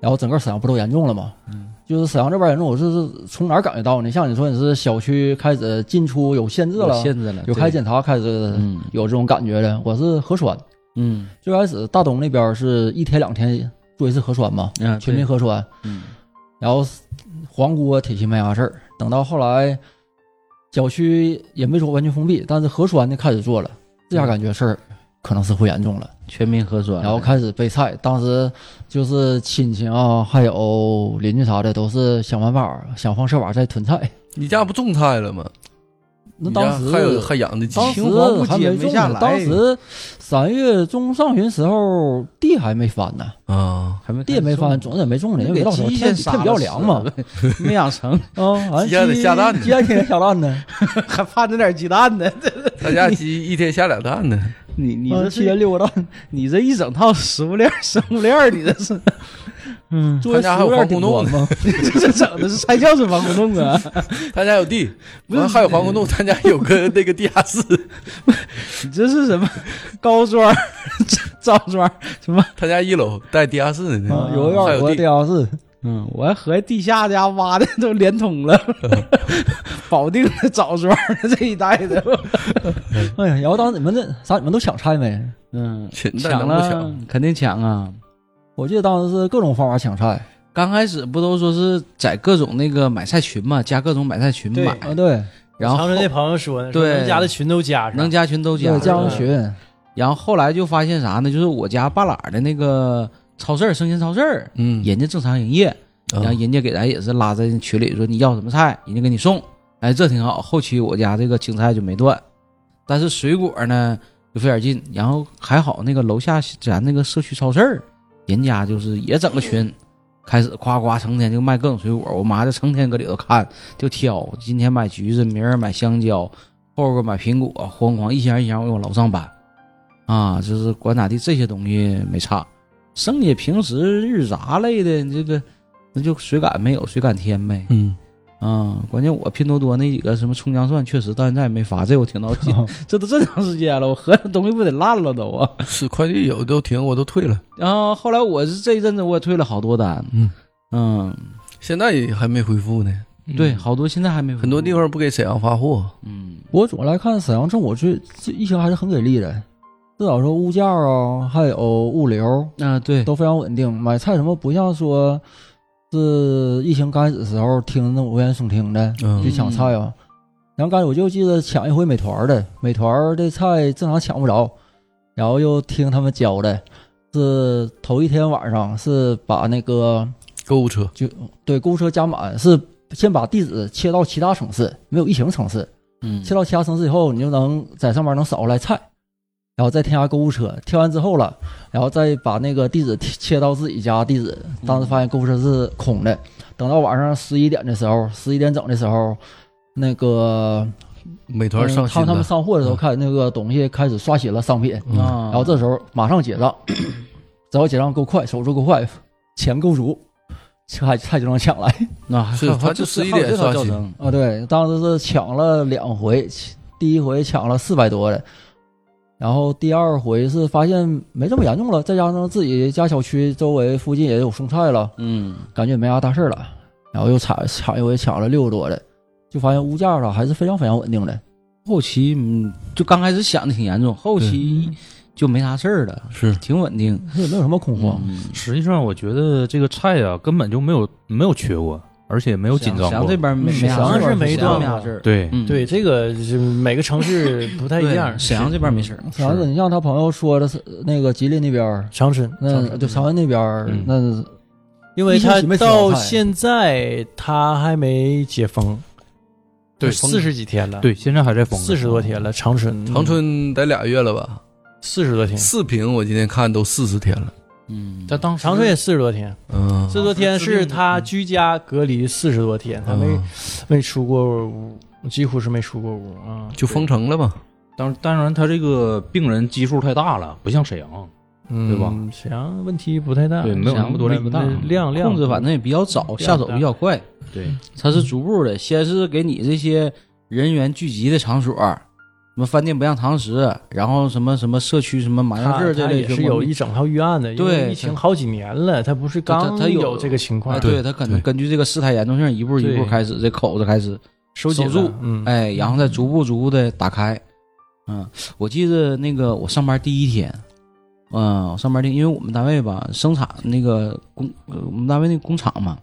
F: 然后整个沈阳不都严重了吗？
C: 嗯
F: 就是沈阳这边严重，我是是从哪儿感觉到呢？像你说你是小区开始进出有限
C: <laughs>
F: 制
C: 有
F: 了，
C: 限制了，对
F: 有开检查开始
C: 嗯
F: 有这种感觉了。我是核酸，
C: 嗯
F: 最开始大东那边是一天两天做一次核酸嘛，
C: 啊，
F: 全民
C: 和
F: 核酸，
C: 嗯
F: 然后黄锅铁西没啊啥事儿。等到后来，小区也没说完全封闭，但是核酸呢开始做了，这下感觉事儿可能是会严重了。
C: 全民核酸，
F: 然后开始备菜，当时就是亲戚啊，还有邻居啥的，都是想办法想方设法在囤菜。
E: 你家不种菜了吗？
F: 那当
E: 你家还有
F: 时
E: 还养的鸡，
F: 当时
D: 秦皇不
F: 还
D: 解
F: 没
D: 没
F: 种
D: 下
F: 呢
D: 来，
F: 当时三月中上旬时候地还没翻呢，
E: 啊，
C: 还没
F: 地也没翻，种子也没种呢，因为没到手，天天比较凉嘛。，
C: <laughs> 没养成，
F: 啊，完
E: 鸡还得下蛋呢
F: 鸡还天天下蛋呢，
C: 还盼着点鸡蛋呢。
E: 他家鸡一天下俩蛋呢。
C: 你你
F: 啊
C: 这
F: 七天
C: 是
F: 六个蛋，
C: 你这一整套食物链儿生物链儿，你这是嗯，
F: <laughs> 作为
E: 他家
F: 食
E: 还有
F: 物链
E: 防
F: 顶
E: 空洞
F: 端
E: 呢
F: 嘛。
C: 这这整的是 <laughs> 菜窖子防空洞啊！
E: 他家有地，完还有皇姑洞，他家有个那个地下室， <laughs>
C: 你这是什么高庄儿、 <laughs> 赵庄儿什么？
E: 他家一楼带地下室呢，
F: 啊，有个
E: 还
F: 院有
E: 有
F: 个
E: 地
F: 地。下室，
C: 嗯，我还合计地下家挖的都连通了，保定的枣庄儿这一带的，
F: 哎呀，然后当时你们这啥，你们都抢菜没？
C: 嗯，
E: 抢
C: 抢
E: 能不
C: 了
E: 抢？
C: 肯定抢啊！
F: 我记得当时是各种方法抢菜
C: 刚开始不都说是在各种那个买菜群嘛，加各种买菜群
B: 对
C: 买，
F: 啊，对，
C: 然后
B: 长春那朋友说呢，说
C: 对
B: 能加的群都加上，
C: 能加群都加
F: 对，，加上
B: 上
F: 群，
C: 然后后来就发现啥呢？就是我家半拉儿的那个超市儿，生鲜超市儿，
E: 嗯，
C: 人家正常营业，
E: 啊
C: 然后人家给咱也是拉在群里说你要什么菜，人家给你送，哎，这挺好。后期我家这个青菜就没断，但是水果呢就费点劲。然后还好那个楼下咱那个社区超市儿，人家就是也整个群，开始夸夸成天就卖各种水果，我妈就成天搁里头看，就挑，今天买橘子，明儿买香蕉，后边买苹果，哐哐一箱一箱往老上搬，啊，就是管咋地这些东西没差。剩下平时日杂类的，你这个那就谁敢没有谁敢添呗。
E: 嗯，
C: 啊，关键我拼多多那几个什么葱姜蒜，确实到现在也没发，这我挺着急，这都这么长时间了，我合着东西不得烂了都啊！
E: 是快递有的都停，我都退了，
C: 然后后来我是这一阵子我也退了好多单，
E: 嗯
C: 嗯，
E: 现在也还没恢复呢。
B: 嗯
C: 对，好嗯多现在还没
E: 很多地，方不给沈阳发货，
C: 嗯
F: 我总来看沈阳政府这这疫情还是很给力的，至少说物价啊，还有物流
C: 啊对，
F: 都非常稳定。买菜什么不像说是疫情刚开始时候听那无人送听的
E: 嗯
F: 去抢菜啊。然后刚才我就记得抢一回美团的，美团的菜正常抢不着，然后又听他们教的，是头一天晚上是把那个
E: 购物车
F: 对购物车加满，是先把地址切到其他城市，没有疫情城市。
C: 嗯
F: 切到其他城市以后，你就能在上面能扫出来菜，然后再添加购物车，添完之后了，然后再把那个地址贴切到自己家地址。当时发现购物车是空的，等到晚上十一点的时候，十一点整的时候，那个
E: 美团上
F: 嗯他
E: 新
F: 们他
E: 的，
F: 们上货的时候，看那个东西开始刷新了商品，
E: 嗯
C: 啊，
F: 然后这时候马上结
E: <laughs>
F: 账，只要结账够快，手速够快，钱够足，菜菜就能抢来。
C: 那还
E: 是
C: 还
E: 他就
C: 还
E: 11
C: 还有
E: 点
C: 这套
E: 刷
C: 教
E: 新
C: 程
F: 啊，对，当时是抢了两回，第一回抢了四百多的，然后第二回是发现没这么严重了，再加上自己家小区周围附近也有送菜了，
C: 嗯
F: 感觉也没啥大事儿了，然后又抢抢一回抢了六十多的，就发现物价了还是非常非常稳定的。
C: 后期嗯就刚开始想的挺严重，后期就没啥事儿了，
E: 是
C: 挺稳定。
F: 也 <laughs> 没有什么恐慌，
C: 嗯
D: 实际上，我觉得这个菜啊，根本就没有没有缺过，而且没有紧张
C: 沈阳
D: 过
C: 这。边没
B: 沈
C: 啥事
B: 阳
C: 儿，
B: 是没
C: 沈阳没
B: 断
C: 啥
B: 过
C: 事儿。
D: 对，
C: 嗯
B: 对，这个是每个城市不太一样。
C: 对沈阳这边没事儿，
F: 沈阳子，你像他朋友说的是那个吉林那边儿，
B: 长春，
F: 那对长安那边儿，
D: 嗯
F: 那
B: 因为
F: 一
B: 他
F: 星期没吃
B: 到
F: 到菜
B: 现在他还没解封，
D: 对
B: 四十几天了，，
D: 对，现在还在封着。
B: 四十多天了，长春，
E: 长春得俩月了吧？
B: 四十多天，
E: 四平我今天看都四十天了，
C: 嗯，
D: 但当时
B: 长春也四十多天，
E: 嗯
B: 四十多天是他居家隔离四十多天，他没
E: 嗯
B: 没出过屋，几乎是没出过屋啊，
E: 就封城了嘛。
D: 当当然，他这个病人基数太大了，不像沈阳。
B: 对
D: 对吧？
B: 嗯沈阳问题不太大，
D: 对没有
B: 沈阳
D: 那么多例子
B: 那量量
C: 控制反正也比较早，下手比较快。
D: 对，
C: 它是逐步的，先是给你这些人员聚集的场所，什么饭店不让堂食，然后什么什么社区什么麻将
B: 他
C: 社这
B: 他
C: 类
B: 也
C: 全
B: 是
C: 国
B: 有
C: 民
B: 一整套预案的，因为
C: 对
B: 疫情好几年了，他不是
C: 他
B: 刚
C: 他有
B: 有这个情况
C: 哎，，对他可能根据这个事态严重性，一步一步
B: 对
C: 开始这口子开始，
B: 收紧了
C: 守住，
B: 嗯，
C: 哎，然后再逐步逐步的打开。嗯，我记得那个我上班第一天，嗯，我上班第一，因为我们单位吧，生产那个工，呃我们单位那个工厂嘛，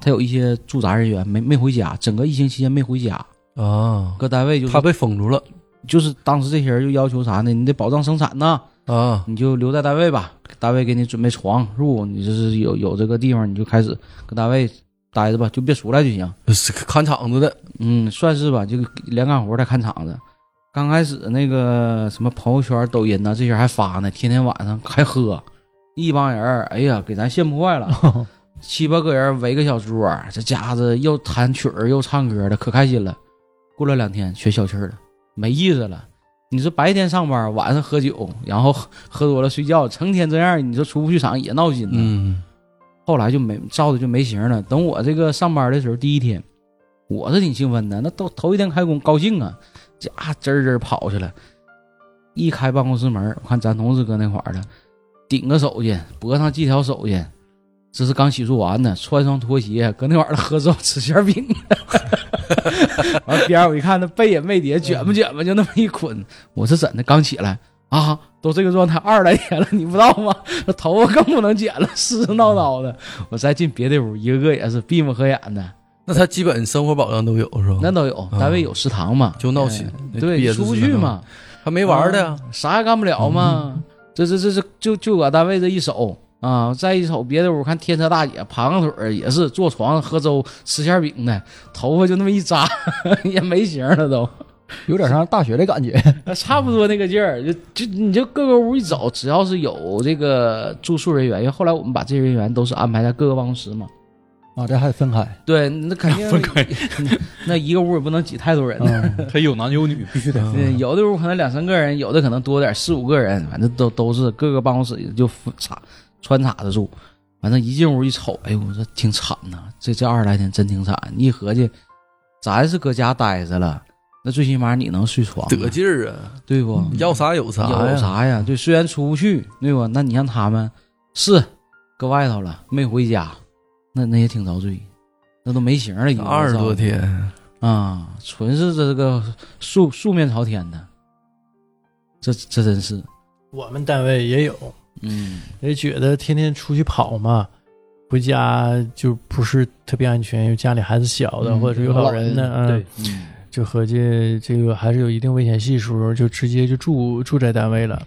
C: 他有一些驻扎人员没没回家，整个疫情期间没回家，
E: 啊，
C: 各单位就是
E: 他被封住了
C: 就是当时这些人就要求啥呢？你得保障生产呐，
E: 啊，
C: 你就留在单位吧，单位给你准备床褥，你就是有有这个地方，你就开始搁单位待着吧，就别出来就行。
E: 是看场子的，
C: 嗯，算是吧，就连干活带看场子。刚开始那个什么朋友圈、抖音呐，这些还发呢，天天晚上还喝，一帮人儿，哎呀，给咱羡慕坏了，七八个人围个小桌儿，这家子又弹曲儿又唱歌的，可开心了。过了两天，全消气儿了，没意思了。你说白天上班，晚上喝酒，然后喝喝多了睡觉，成天这样，你说出不去场也闹心呢。
E: 嗯，
C: 后来就没照的就没形了。等我这个上班的时候，第一天我是挺兴奋的，那都头一天开工高兴啊，家滋儿滋儿跑去了。一开办公室门，我看咱同事搁那块儿了，顶个手去，脖上系条手去，这是刚洗漱完呢，穿双拖鞋搁那玩意儿喝粥 <laughs> 吃馅儿饼。完边儿我一看，那背也没叠，卷吧卷吧，就那么一捆。我是怎的？刚起来啊，都这个状态二十来天了，你不知道吗？那头发更不能剪了，湿湿闹闹的。我再进别的屋，一个个也是闭目合眼的，
E: 那他基本生活保障都有是吧？
C: 那都有。
E: 嗯
C: 单位有食堂嘛，哎
E: 就闹心，那憋
C: 对，
E: 着
C: 出不
E: 是
C: 去
E: 那
C: 嘛，啊
E: 种，还没玩儿的呀，
C: 啥也干不了嘛。这这这这就就搁单位这一手啊，再一手别的屋看天车大姐盘个腿儿也是坐床上喝粥吃馅儿饼的，头发就那么一扎 <laughs> 也没型了都。
F: 有点像大学的 <laughs> 感觉。
C: 啊，差不多那个劲儿，就就你就各个屋一走，只要是有这个住宿人员，因为后来我们把这些人员都是安排在各个办公室嘛。
F: 啊，这还得分开。
C: 对，那
B: 嗯
C: 肯 <laughs> 定
D: 分开，
C: 那一个屋也不能挤太多人呢。
F: 嗯，
D: 他有男有女，必须得。
E: 嗯
C: 对啊嗯有的屋可能两三个人，有的可能多点儿，四五个人，反正都都是各个办公室就分插穿插着住。反正一进屋一瞅，哎呦，我说挺惨呐、这这二十来天真挺惨。一合计，咱是搁家待着了，那最起码你能睡床啊，
E: 得劲儿啊，
C: 对不？
E: 要啥有啥呀，
C: 有啥呀？对，虽然出不去，对吧？那你让他们是搁外头了，没回家，那那也挺遭罪，那都没形了，已经
E: 二十多天，
C: 啊，纯是这个素素面朝天的，这这真是，
B: 我们单位也有，
C: 嗯，
B: 也觉得天天出去跑嘛，回家就不是特别安全，有家里孩子小的，
C: 嗯
B: 或者是有老人的，嗯，
D: 对，
C: 嗯
B: 就合计这个还是有一定危险系数，就直接就住住在单位了。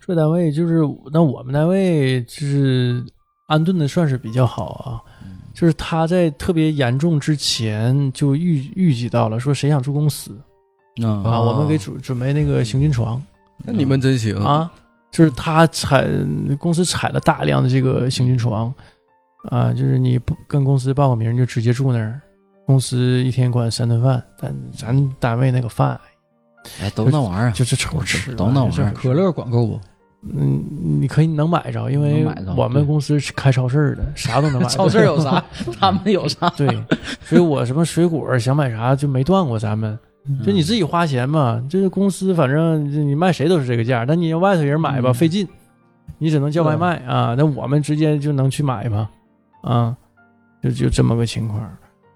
B: 住在单位就是那我们单位就是安顿的算是比较好啊，就是他在特别严重之前就预预计到了，说谁想住公司
C: 啊
B: 啊，
E: 哦
B: 我们给准准备那个行军床。
E: 那你们真行！
B: 啊，就是他采公司采了大量的这个行军床，啊，就是你不跟公司报个名就直接住那儿，公司一天管三顿饭，但咱单位那个饭
C: 哎，都那玩意 <laughs> 儿，
B: 就这瞅着吃，
C: 都那玩意儿
F: 可乐管够不？
B: 嗯，你可以能买着，因为
C: 能买着
B: 我们公司是开超市的，啥都能买着。
C: <laughs> 超市有啊啥？他们有啥？
B: 对，所以我什么水果想买啥就没断过咱们。
C: 嗯
B: 就你自己花钱嘛，就是公司反正就你卖谁都是这个价，但你要外头人买吧、
C: 嗯
B: 费劲，你只能叫外卖啊。那我们直接就能去买嘛，啊，就就这么个情况。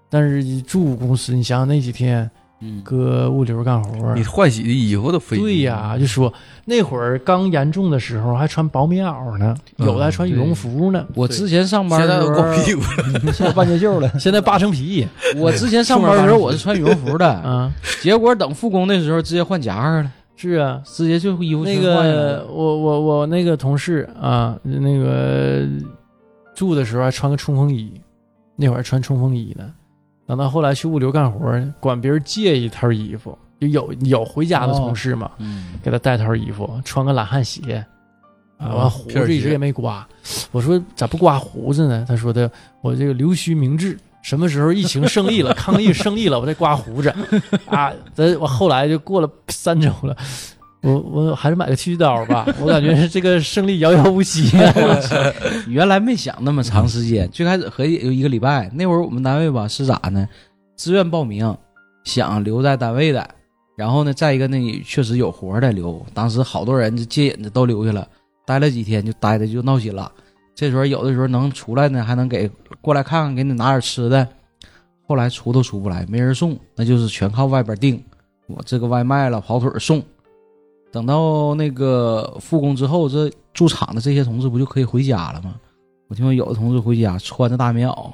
B: 但是一住公司，你想想那几天
C: 嗯
B: 搁物流干活儿
E: 你，换洗的衣服都飞。
B: 对呀、，就说那会儿刚严重的时候还穿薄棉袄呢，有的还穿羽绒服呢，，
C: 我之前上班
E: 现在
C: 的
E: 都
C: 时
E: 光
C: 候，
E: 屁股了，
F: <laughs> 现在半截袖了
B: 现在扒成皮
C: 我之前上班的时候我是穿羽绒 <laughs> 服的，
B: 啊，
C: 结果等复工的时候直接换夹克了，
B: 是啊，
C: 直接就衣服
B: 那
C: 全换
B: 个
C: 了。
B: 我我我那个同事啊，那个住的时候还穿个冲锋衣，那会儿还穿冲锋衣呢。等到后来去物流干活儿，管别人借一套衣服，就有有回家的同事嘛，
C: 嗯，
B: 给他带套衣服，穿个懒汉鞋，啊，完胡
E: 片儿
B: 子一直
E: 鞋
B: 也没刮。我说咋不刮胡子呢？他说的我这个溜须明志，什么时候疫情胜利了，抗疫胜利了，我再刮胡子。啊，这我后来就过了三周了。我我还是买个剃须刀吧，我感觉这个胜利遥遥无期。啊
C: 原来没想那么长时间，最开始合计有一个礼拜。那会儿我们单位吧是咋呢？自愿报名，想留在单位的，然后呢，再一个呢，也确实有活儿得留。当时好多人就接引的都留下了，待了几天就待的就闹心了。这时候有的时候能出来呢，还能给过来看看，给你拿点吃的。后来出都出不来，没人送，那就是全靠外边订。我这个外卖了，跑腿儿送。等到那个复工之后，这驻场的这些同志不就可以回家了吗？我听说有的同志回家穿着大棉袄，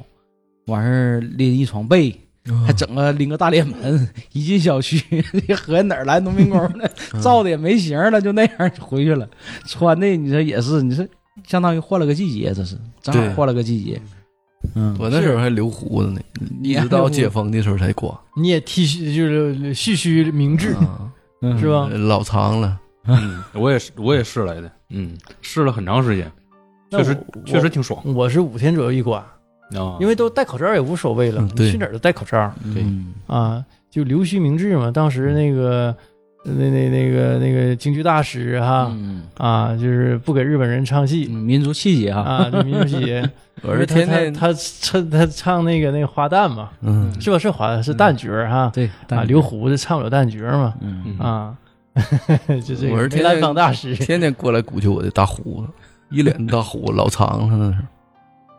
C: 完事儿拎一床被，啊还整个拎个大脸盆，一进小区， <laughs> 合计哪儿来农民工呢？
E: 嗯
C: 造的也没形儿了，就那样回去了。穿的你说也是，你说相当于换了个季节，这是正
E: 对
C: 好换了个季节。嗯，
E: 我那时候还留胡子呢，一直到解封的时候才刮，
B: 你也剃须就是蓄须明志
E: 啊
C: 嗯
B: 是吧？
E: 老长了。
D: 嗯，我也是，我也试来的，嗯，试了很长时间，确实
B: 那我
D: 确实挺爽
B: 我，我是五天左右一刮，
D: 啊，
B: 因为都戴口罩也无所谓了，
E: 嗯
B: 你
E: 对
B: 去哪儿都戴口罩。
D: 对
C: 嗯
B: 啊，就溜须明志嘛。当
E: 嗯
B: 时那个那那那个那个京剧大师哈、
C: 嗯，
B: 啊，就是不给日本人唱戏、
C: 民族气节啊，
B: 啊，李明喜，
E: 嗯 <laughs> 我是天天
B: 因为他他他唱他唱那个那个花旦嘛，
E: 嗯，
B: 是吧？是花旦是旦角儿哈、
C: 对
B: 啊，留胡子唱不了旦角儿嘛
C: 嗯
D: 嗯
B: 啊， <laughs> 就这个
E: 我是
B: 梅
E: 天
B: 兰
E: 天
B: 芳大师
E: 天天过来鼓秋我的大胡子，一脸大胡子，老长了那是。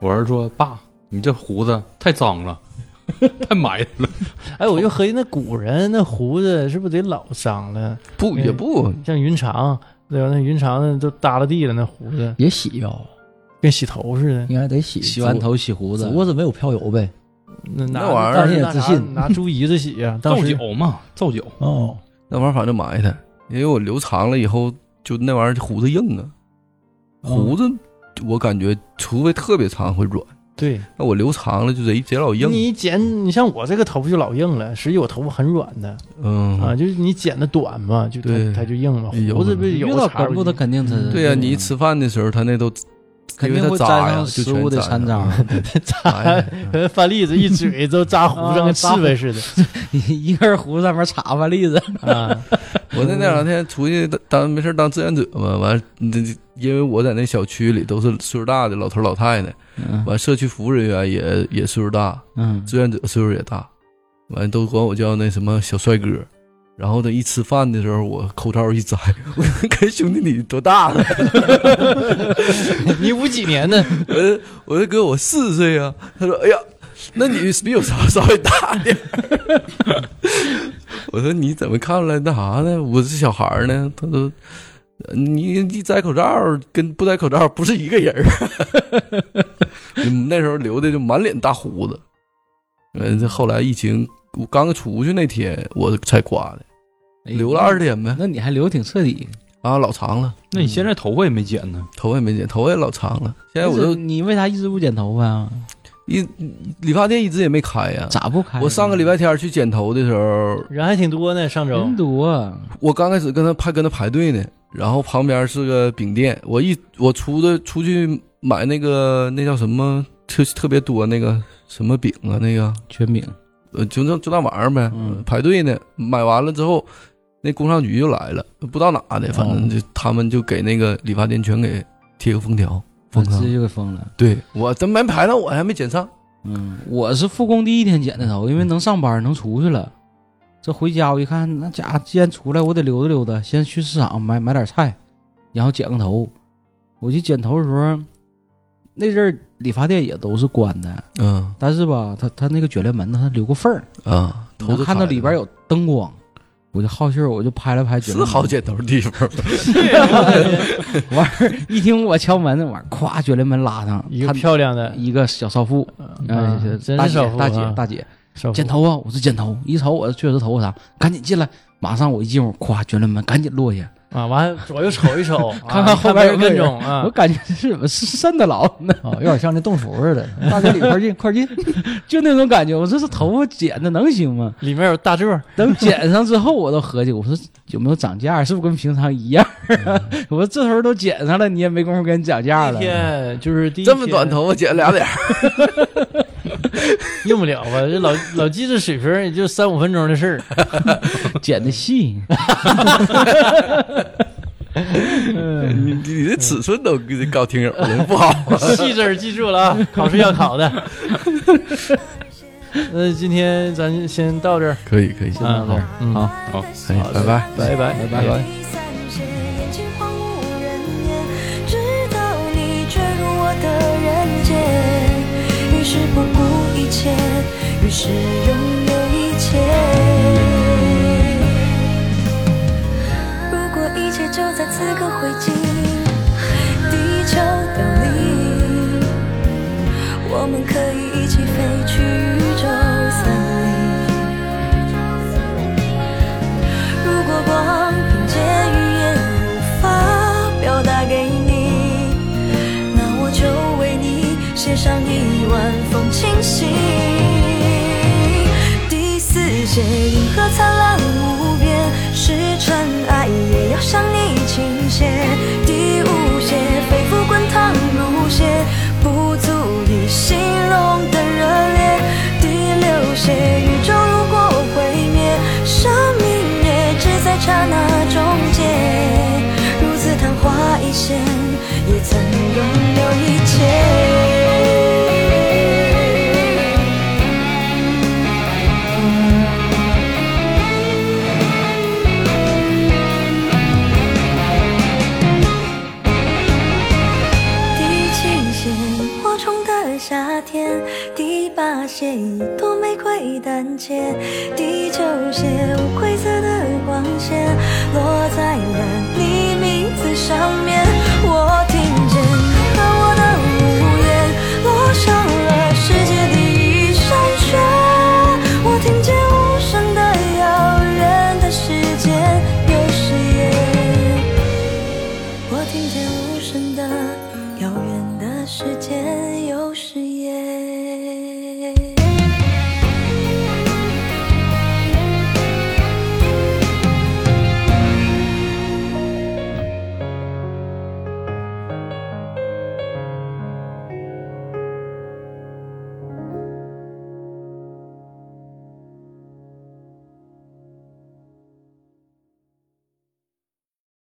D: 我儿说爸，你这胡子太脏 <laughs> 了，太埋汰了，
B: 哎，我就合计那古人那胡子是不是得老脏了？
E: 不也不，
B: 像云长对吧？那云长那都耷拉地了，那胡子
F: 也洗吧，
B: 跟洗头似的。
F: 应该得洗。
C: 洗完头洗胡子，
F: 只不过是没有漂油呗。
B: 那拿
E: 那玩意儿
B: 当时
F: 也
B: 拿
F: 自
B: 啥
F: 信
B: 拿猪胰子洗
E: <laughs>
B: 呀、
D: 造
B: 当时
D: 脚嘛，造脚，
F: 哦，
E: 那玩意儿反正埋汰，因为我留长了以后，就那玩意儿胡子硬啊，胡
C: 嗯
F: 子
E: 子我感觉除非特别长会软，
B: 对，
E: 那我留长了就贼贼老硬，
B: 你剪，你像我这个头发就老硬了，实际我头发很软的、啊，
E: 嗯，
B: 就是你剪的短嘛，就它
E: 对哎
B: 它就硬嘛。
E: 有
B: 胡子不是
C: 遇
B: 有
C: 到
B: 茬儿
C: 根部，他肯定他
E: 对呀，
C: 嗯
E: 你一吃饭的时候他那都
C: 肯
E: 因为
C: 定
E: 它
C: 会
E: 扎
C: 沾
E: 呀
C: 上
E: 就
C: 食
E: 全
C: 物的
E: 粘
C: 残
E: 上
C: 渣，
E: <laughs> 哎
B: 扎，翻栗子一嘴都扎胡
C: 啊
B: 子，跟刺猬似
C: <laughs> 一根胡子上面插吧栗子，
B: 的啊！
E: <laughs> 我那那两天出去当当没事儿当志愿者嘛，完这这因为我在那小区里都是岁数大的老头老太太，
C: 嗯
E: 完社区服务人员也也岁数大，
C: 嗯
E: 志愿者岁数也大，完都管我叫那什么小帅哥。然后呢，一吃饭的时候我口罩一摘， <laughs> 我跟兄弟你多大
C: <laughs>
E: 了？
B: 你五几年的？
E: 我就我就哥我四十岁啊。他说：“哎呀，那你比我稍稍微大点儿。我说：“你怎么看出来那啥呢？我是小孩儿呢。”他说：“你一摘口罩跟不摘口罩不是一个人儿。” <laughs> 那时候留的就满脸大胡子。嗯，这后来疫情我刚出去那天我才刮的， <laughs> 留了二十，天呗
C: 哎。那你还留挺彻底。
E: 啊，老长了，
D: 那你现在头发也没剪呢？
E: 头发也没剪，头发也老长了。现哎在我
C: 就是
E: 都
C: 你为啥一直不剪头发啊？
E: 一理发店一直也没开呀、
C: 咋不开呢？
E: 我上个礼拜天去剪头的时候，
B: 人还挺多呢，上周
C: 人多啊，
E: 我刚开始跟他排跟他排队呢，然后旁边是个饼店，我一我出的出去买那个那叫什么特特别多那个什么饼啊那个
C: 卷饼，
E: 呃就那就那玩意儿呗，
C: 嗯
E: 排队呢，买完了之后，那工商局就来了，不知道哪
C: 哦
E: 的，反正就、他们就给那个理发店全给贴个封条
C: 我
E: 封
C: 直
E: 上。
C: 接就给封了。
E: 对我真没排到，我还没剪上。
C: 嗯，我是复工第一天剪的头，因为能上班能出去了。这回家我一看，那家伙既然出来，我得溜达溜达，先去市场买买点菜，然后剪个头。我去剪头的时候，那阵儿理发店也都是关的，
E: 嗯
C: 但是吧，他他那个卷帘门呢，它留个缝儿，
E: 啊，头
C: 能
E: 都
C: 看到
E: 开了
C: 里边有灯光，我就好奇儿，我就拍了拍卷帘
E: 是
C: 门。
E: 好剪头的地
C: <laughs>
E: 方，
C: 完事儿一听我敲门，那玩意儿咵卷帘门拉上，
B: 一个
C: 她
B: 漂亮的，
C: 一个小少妇，
B: 哎
C: 啊，
B: 真
C: 大
B: 是少
C: 姐
B: 妇
C: 大姐
B: 啊
C: 大姐，
B: 少妇
C: 剪头啊，我是剪头，一瞅我确实头发啥，赶紧进来，马上我一进屋，咵卷帘门赶紧落下，
B: 啊，完左右瞅一
C: <laughs>
B: 瞅，啊
C: 看看后边
B: 没
C: 有
B: 有跟
C: 没有人
B: 踪啊哦
C: 我，感觉是什么是蜃的老呢，
F: 啊，有点像那动服似的。大哥，里快进，快进！
C: <laughs> 就那种感觉，我这是头发剪的能行吗？
B: 里面有大个儿，
C: 等剪上之后，我都合计，我说有没有涨价，是不是跟平常一样？ <laughs> 我说这时候都剪上了，你也没工夫跟人讲价
B: 第一
C: 了。
B: 天就是第一
E: 这么
B: 天
E: 短头发剪俩点儿。
B: 用不了吧？这老老纪这水平也就三五分钟的事儿，
C: 剪的细，
E: <laughs> 你你这尺寸都告听友了，不好。
B: <laughs> 细致儿记住了啊，考试要考的。 <laughs> 那今天咱先到这儿，
E: <laughs> 可以可以，
C: 就那
B: 好
C: 种。
B: 嗯，
C: 好
D: 好
E: 哎拜拜
B: 拜拜
C: 拜拜
A: 散失，眼睛荒无人烟，直到你坠入我的人间。于是不顾一切，于是拥有一切。如果一切就在此刻灰烬，地球凋零，我们可以一起飞去宇宙森林。如果光凭借语言无法表达给你，那我就为你写上一万封情信。第四节银河灿烂无边，是尘埃也要向你倾斜。第五节肺腑滚烫如血，不足以形容的热烈。第六节宇宙如果毁灭，生命也只在刹那终结。如此昙花一现，也曾拥有一切。第七弦火虫的夏天，第八弦一朵玫瑰胆怯，第九弦无规则的光线落在了你名字上面，